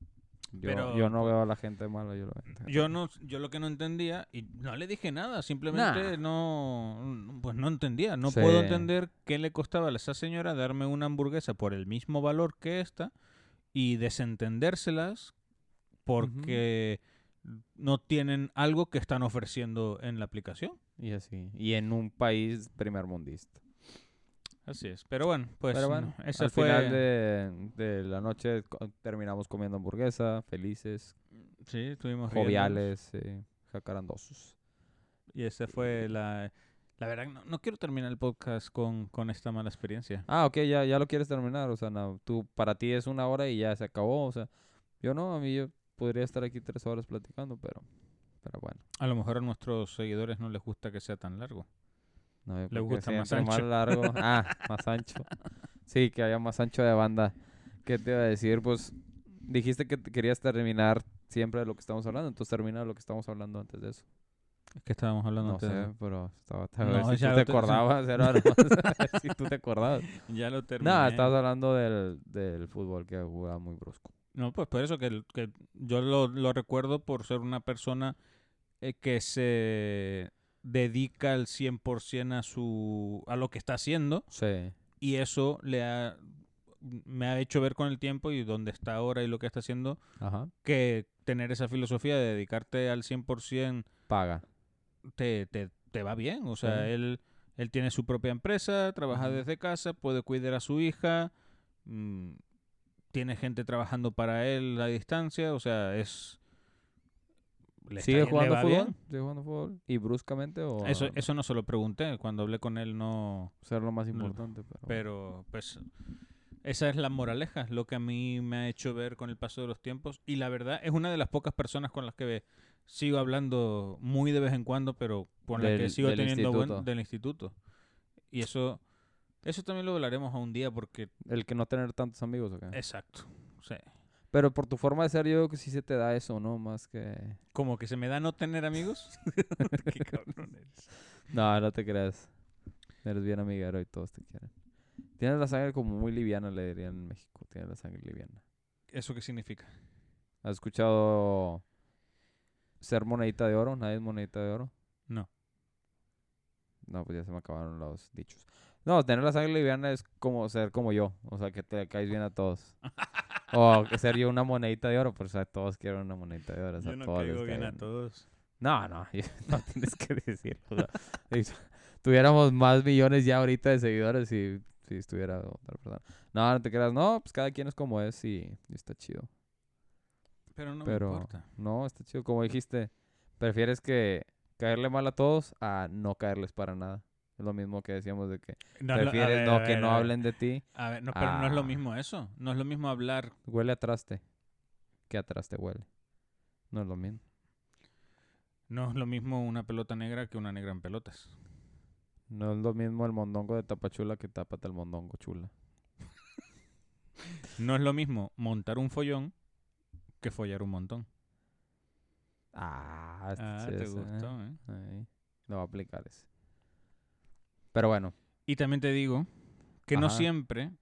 Speaker 1: Yo,
Speaker 2: Pero,
Speaker 1: yo no
Speaker 2: pues,
Speaker 1: veo a la gente mala, yo la veo.
Speaker 2: Yo no, yo lo que no entendía, y no le dije nada, simplemente no, pues no entendía, no
Speaker 1: Sí.
Speaker 2: puedo entender qué le costaba a esa señora darme una hamburguesa por el mismo valor que esta y desentendérselas porque no tienen algo que están ofreciendo en la aplicación.
Speaker 1: Y así. Y en un país primermundista.
Speaker 2: Así es, pero bueno, pues
Speaker 1: Pero bueno,
Speaker 2: no, esa
Speaker 1: al
Speaker 2: fue
Speaker 1: final de, de la noche co- terminamos comiendo hamburguesa, felices,
Speaker 2: sí, estuvimos riéndonos.
Speaker 1: joviales, eh, jacarandosos.
Speaker 2: y esa fue la la verdad no, no quiero terminar el podcast con, con esta mala experiencia.
Speaker 1: Ah, ok, ya, ya lo quieres terminar, o sea, no, tú, para ti es una hora y ya se acabó, o sea, yo no, a mí yo podría estar aquí tres horas platicando, pero, pero bueno.
Speaker 2: A lo mejor a nuestros seguidores no les gusta que sea tan largo.
Speaker 1: No, yo
Speaker 2: Le
Speaker 1: creo que
Speaker 2: gusta
Speaker 1: sí,
Speaker 2: más
Speaker 1: entre
Speaker 2: ancho.
Speaker 1: largo. Ah, más ancho. Sí, que haya más ancho de banda. ¿Qué te iba a decir? Pues dijiste que te querías terminar siempre de lo que estamos hablando, entonces termina de lo que estamos hablando antes de eso.
Speaker 2: Es que estábamos hablando
Speaker 1: No
Speaker 2: antes de-
Speaker 1: sé, pero estaba a
Speaker 2: No,
Speaker 1: ver si tú
Speaker 2: ya lo
Speaker 1: te
Speaker 2: te- sí.
Speaker 1: acordabas, era nomás si tú te acordabas.
Speaker 2: Ya lo terminé.
Speaker 1: No, estabas hablando del, del fútbol que jugaba muy brusco.
Speaker 2: No, pues por eso que, que yo lo, lo recuerdo por ser una persona eh, que se dedica al 100% a su a lo que está haciendo
Speaker 1: Sí.
Speaker 2: y eso le ha me ha hecho ver con el tiempo y dónde está ahora y lo que está haciendo
Speaker 1: Ajá.
Speaker 2: que tener esa filosofía de dedicarte al 100%
Speaker 1: Paga.
Speaker 2: te, te, te va bien. O sea,
Speaker 1: Sí.
Speaker 2: él, él tiene su propia empresa, trabaja
Speaker 1: Ujú.
Speaker 2: desde casa, puede cuidar a su hija, mm, tiene gente trabajando para él a distancia, o sea, es... le está
Speaker 1: ¿Sigue
Speaker 2: ye- le
Speaker 1: jugando
Speaker 2: va
Speaker 1: fútbol?
Speaker 2: bien.
Speaker 1: ¿Sigue jugando fútbol? ¿Y bruscamente o
Speaker 2: Eso,
Speaker 1: no?
Speaker 2: eso no se lo pregunté, cuando hablé con él no...
Speaker 1: Ser lo más
Speaker 2: lo-
Speaker 1: importante, pero... bueno.
Speaker 2: Pero pues esa es la moraleja, es lo que a mí me ha hecho ver con el paso de los tiempos y la verdad es una de las pocas personas con las que sigo hablando muy de vez en cuando, pero con las que
Speaker 1: Del-
Speaker 2: sigo
Speaker 1: del
Speaker 2: teniendo buen-
Speaker 1: instituto.
Speaker 2: del instituto. Y eso eso también lo hablaremos a un día porque
Speaker 1: El que no tener tantos amigos, ¿o qué?
Speaker 2: exacto, o sea,
Speaker 1: Pero por tu forma de ser, yo creo que sí se te da eso, ¿no? Más que...
Speaker 2: como que se me da no tener amigos. Qué cabrón eres.
Speaker 1: No, no te creas. Eres bien amiguero y todos te quieren. Tienes la sangre como muy liviana, le dirían en México. Tienes la sangre liviana.
Speaker 2: ¿Eso qué significa?
Speaker 1: ¿Has escuchado ser monedita de oro? ¿Nadie es monedita de oro?
Speaker 2: No.
Speaker 1: No, pues ya se me acabaron los dichos. No, tener la sangre liviana es como ser como yo. O sea, que te caes bien a todos. o que ser yo una monedita de oro. Pues, o sea, todos quieren una monedita de oro. O sea,
Speaker 2: Yo no
Speaker 1: todos les
Speaker 2: caigo
Speaker 1: cae
Speaker 2: bien a todos.
Speaker 1: No, no, no tienes que decir. o sea, si tuviéramos más millones ya ahorita de seguidores si, si estuviera otra persona. No, no te creas. No, pues cada quien es como es y, y está chido.
Speaker 2: Pero no
Speaker 1: Pero-
Speaker 2: me importa.
Speaker 1: No, está chido. Como dijiste, prefieres que caerle mal a todos a no caerles para nada. Es lo mismo que decíamos de que
Speaker 2: No, lo- a
Speaker 1: prefieres
Speaker 2: ver,
Speaker 1: no,
Speaker 2: a ver,
Speaker 1: que
Speaker 2: a
Speaker 1: no
Speaker 2: ver.
Speaker 1: hablen de ti.
Speaker 2: A ver, no, pero no es lo
Speaker 1: Ah.
Speaker 2: mismo eso. No es lo mismo hablar.
Speaker 1: Huele a traste. Que a traste huele. No es lo mismo.
Speaker 2: No es lo mismo una pelota negra que una negra en pelotas.
Speaker 1: No es lo mismo el mondongo de tapachula que tápate el mondongo chula.
Speaker 2: No es lo mismo montar un follón que follar un montón.
Speaker 1: Ah, está
Speaker 2: Ah,
Speaker 1: chido
Speaker 2: te
Speaker 1: ese, ¿eh?
Speaker 2: gustó, ¿eh?
Speaker 1: Ahí. Lo va a aplicar ese. Pero bueno,
Speaker 2: Y también te digo que no
Speaker 1: Ajá.
Speaker 2: siempre,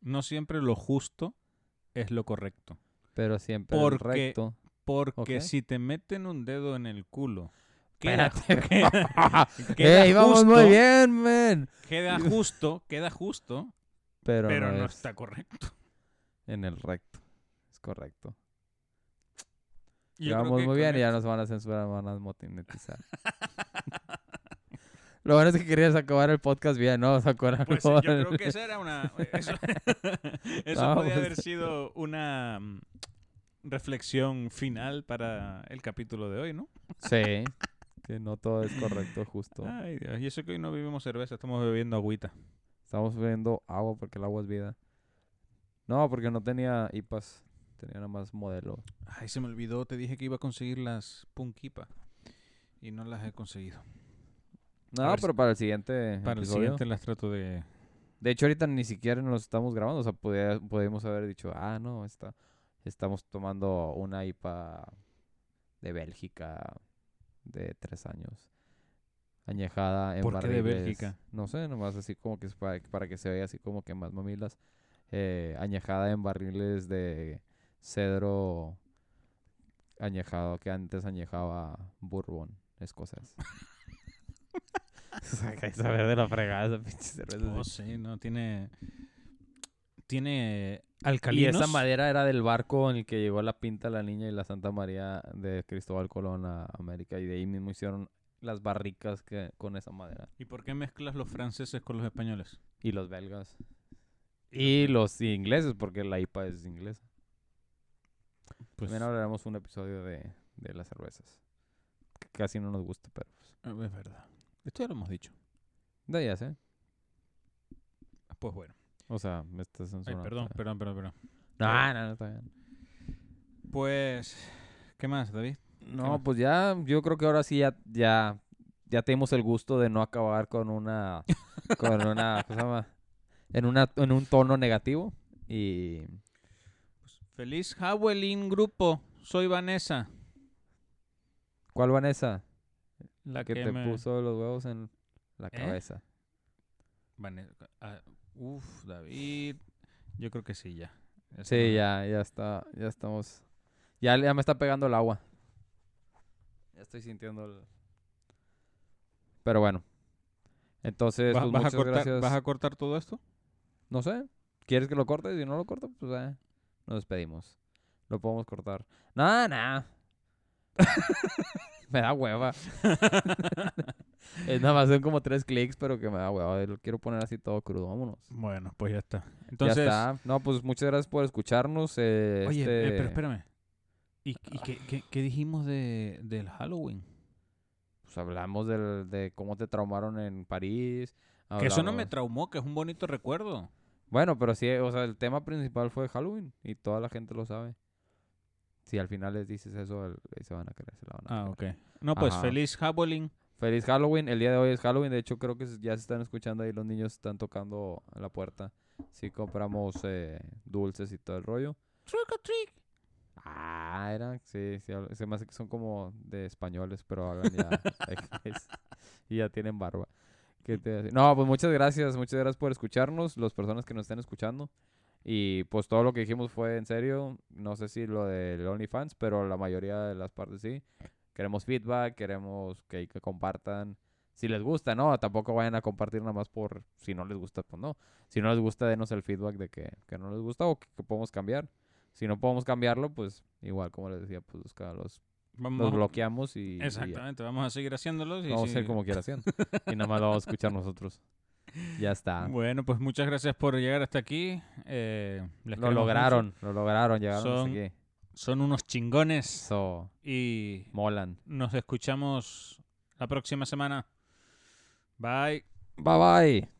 Speaker 2: no siempre lo justo es lo correcto.
Speaker 1: pero siempre el
Speaker 2: Porque-
Speaker 1: recto.
Speaker 2: Porque
Speaker 1: Ok.
Speaker 2: si te meten un dedo en el culo, queda,
Speaker 1: Espérate.
Speaker 2: queda- queda
Speaker 1: ¡Ey, vamos
Speaker 2: justo,
Speaker 1: muy bien, men!
Speaker 2: queda justo, queda justo,
Speaker 1: Pero,
Speaker 2: pero,
Speaker 1: no,
Speaker 2: no
Speaker 1: es
Speaker 2: está correcto.
Speaker 1: en el recto. Es correcto.
Speaker 2: Yo creo
Speaker 1: vamos
Speaker 2: que
Speaker 1: muy
Speaker 2: con
Speaker 1: bien y ya
Speaker 2: esto-
Speaker 1: nos van a censurar, nos van a motinetizar. Lo bueno es que querías acabar el podcast bien, ¿no? ¿Se acuerdan?
Speaker 2: Pues
Speaker 1: ¿no?
Speaker 2: yo creo que esa era una... eh, Eso, eso
Speaker 1: No,
Speaker 2: podía
Speaker 1: pues-
Speaker 2: haber sido una mm, reflexión final para el capítulo de hoy, ¿no?
Speaker 1: Sí. Que no todo es correcto, justo.
Speaker 2: Ay, Dios. Y eso que hoy no bebimos cerveza, estamos bebiendo agüita.
Speaker 1: Estamos bebiendo agua porque el agua es vida. No, porque no tenía IPAs. Tenía nada más modelo.
Speaker 2: Ay, se me olvidó, te dije que iba a conseguir las Punkipa y no las he conseguido.
Speaker 1: No,
Speaker 2: ver si-
Speaker 1: pero para el siguiente
Speaker 2: Para el
Speaker 1: episodio.
Speaker 2: siguiente las trato de...
Speaker 1: De hecho, ahorita ni siquiera nos estamos grabando. O sea, podía- podíamos haber dicho, ah, no, está, estamos tomando una IPA de Bélgica de tres años. Añejada en
Speaker 2: ¿Por qué de
Speaker 1: barriles-
Speaker 2: Bélgica?
Speaker 1: No sé, nomás así como que es para, para que se vea así como que más mamilas. Eh, añejada en barriles de cedro añejado que antes añejaba Bourbon, escocés. o sea, que hay saber de la fregada esa pinche cerveza.
Speaker 2: Oh,
Speaker 1: sí.
Speaker 2: sí, no, tiene... Tiene
Speaker 1: Y
Speaker 2: alcalinos.
Speaker 1: esa madera era del barco en el que llegó la pinta la niña y la Santa María de Cristóbal Colón a América. Y de ahí mismo hicieron las barricas que, con esa madera.
Speaker 2: ¿Y por qué mezclas los franceses con los españoles?
Speaker 1: Y los belgas. Y los ingleses, porque la IPA es inglesa.
Speaker 2: Pues,
Speaker 1: También hablaremos un episodio de, de las cervezas. Que casi no nos gusta, pero pues,
Speaker 2: es verdad. Esto ya lo hemos dicho.
Speaker 1: de ahí sé.
Speaker 2: Pues bueno.
Speaker 1: O sea, me estás Ah.
Speaker 2: Ay,
Speaker 1: censurando.
Speaker 2: perdón,
Speaker 1: todavía.
Speaker 2: perdón, perdón, perdón.
Speaker 1: No, no, no, está bien.
Speaker 2: Pues, ¿qué más, David? más?
Speaker 1: No, pues ya, yo creo que ahora sí ya, ya, ya tenemos el gusto de no acabar con una, con una, ¿cómo se llama? En una, en un tono negativo y
Speaker 2: Pues, Feliz Halloween, grupo. Soy Vanessa.
Speaker 1: ¿cuál Vanessa?
Speaker 2: La
Speaker 1: Que te puso los huevos en
Speaker 2: ¿Eh?
Speaker 1: la cabeza.
Speaker 2: Vane- ah, uf, David. Yo creo que sí, ya. Ya
Speaker 1: Sí,
Speaker 2: estamos-
Speaker 1: ya, ya está, ya estamos, ya, ya me está pegando el agua. Ya estoy sintiendo el. Pero bueno, entonces
Speaker 2: ¿Vas,
Speaker 1: pues,
Speaker 2: vas a
Speaker 1: muchas
Speaker 2: cortar,
Speaker 1: gracias.
Speaker 2: ¿Vas a cortar todo esto?
Speaker 1: No sé. ¿Quieres que lo corte? Si no lo corto, pues eh, nos despedimos. Lo podemos cortar. No, no. me da hueva. es nada más son como tres clics, pero que me da hueva. Lo quiero poner así todo crudo. Vámonos.
Speaker 2: Bueno, pues ya está. Entonces,
Speaker 1: ya está. No, pues muchas gracias por escucharnos. eh,
Speaker 2: oye, eh,
Speaker 1: este-
Speaker 2: pero espérame. ¿Y, y qué, qué- qué dijimos de, del Halloween?
Speaker 1: Pues hablamos del- de cómo te traumaron en París.
Speaker 2: Que eso no me
Speaker 1: hablamos-
Speaker 2: traumó, que es un bonito recuerdo.
Speaker 1: Bueno, pero sí, o sea, el tema principal fue Halloween y toda la gente lo sabe. Si al final les dices eso, el- se van a creer, se la van a
Speaker 2: Ah,
Speaker 1: creer.
Speaker 2: ok. No, pues
Speaker 1: Ajá.
Speaker 2: feliz Halloween.
Speaker 1: Feliz Halloween, el día de hoy es Halloween, de hecho creo que ya se están escuchando ahí, los niños están tocando a la puerta. Sí, compramos eh, dulces y todo el rollo.
Speaker 2: Trick or treat.
Speaker 1: Ah, eran, sí, sí, habla- se me hace que son como de españoles, pero hablan ya. inglés, y ya tienen barba. Que ¿Qué te hace? No, pues muchas gracias, muchas gracias por escucharnos, las personas que nos estén escuchando. Y pues todo lo que dijimos fue en serio. No sé si lo del OnlyFans, pero la mayoría de las partes sí. Queremos feedback, queremos que, que compartan. Si les gusta, ¿no? Tampoco vayan a compartir nada más por si no les gusta, pues no. Si no les gusta, denos el feedback de que, que no les gusta o que, que podemos cambiar. Si no podemos cambiarlo, pues igual, como les decía, pues busca los, los
Speaker 2: Vamos,
Speaker 1: bloqueamos y. y ya.
Speaker 2: exactamente, vamos a seguir haciéndolos. y
Speaker 1: vamos
Speaker 2: si-
Speaker 1: a hacer como quiera haciendo. y nada más lo vamos a escuchar nosotros. Ya está.
Speaker 2: Bueno, pues muchas gracias por llegar hasta aquí. eh, les
Speaker 1: Lo
Speaker 2: queremos
Speaker 1: lograron, lo lograron, llegaron
Speaker 2: Son-
Speaker 1: hasta aquí.
Speaker 2: mucho. Son unos chingones.
Speaker 1: So,
Speaker 2: Y
Speaker 1: molan.
Speaker 2: nos escuchamos la próxima semana. Bye.
Speaker 1: Bye bye.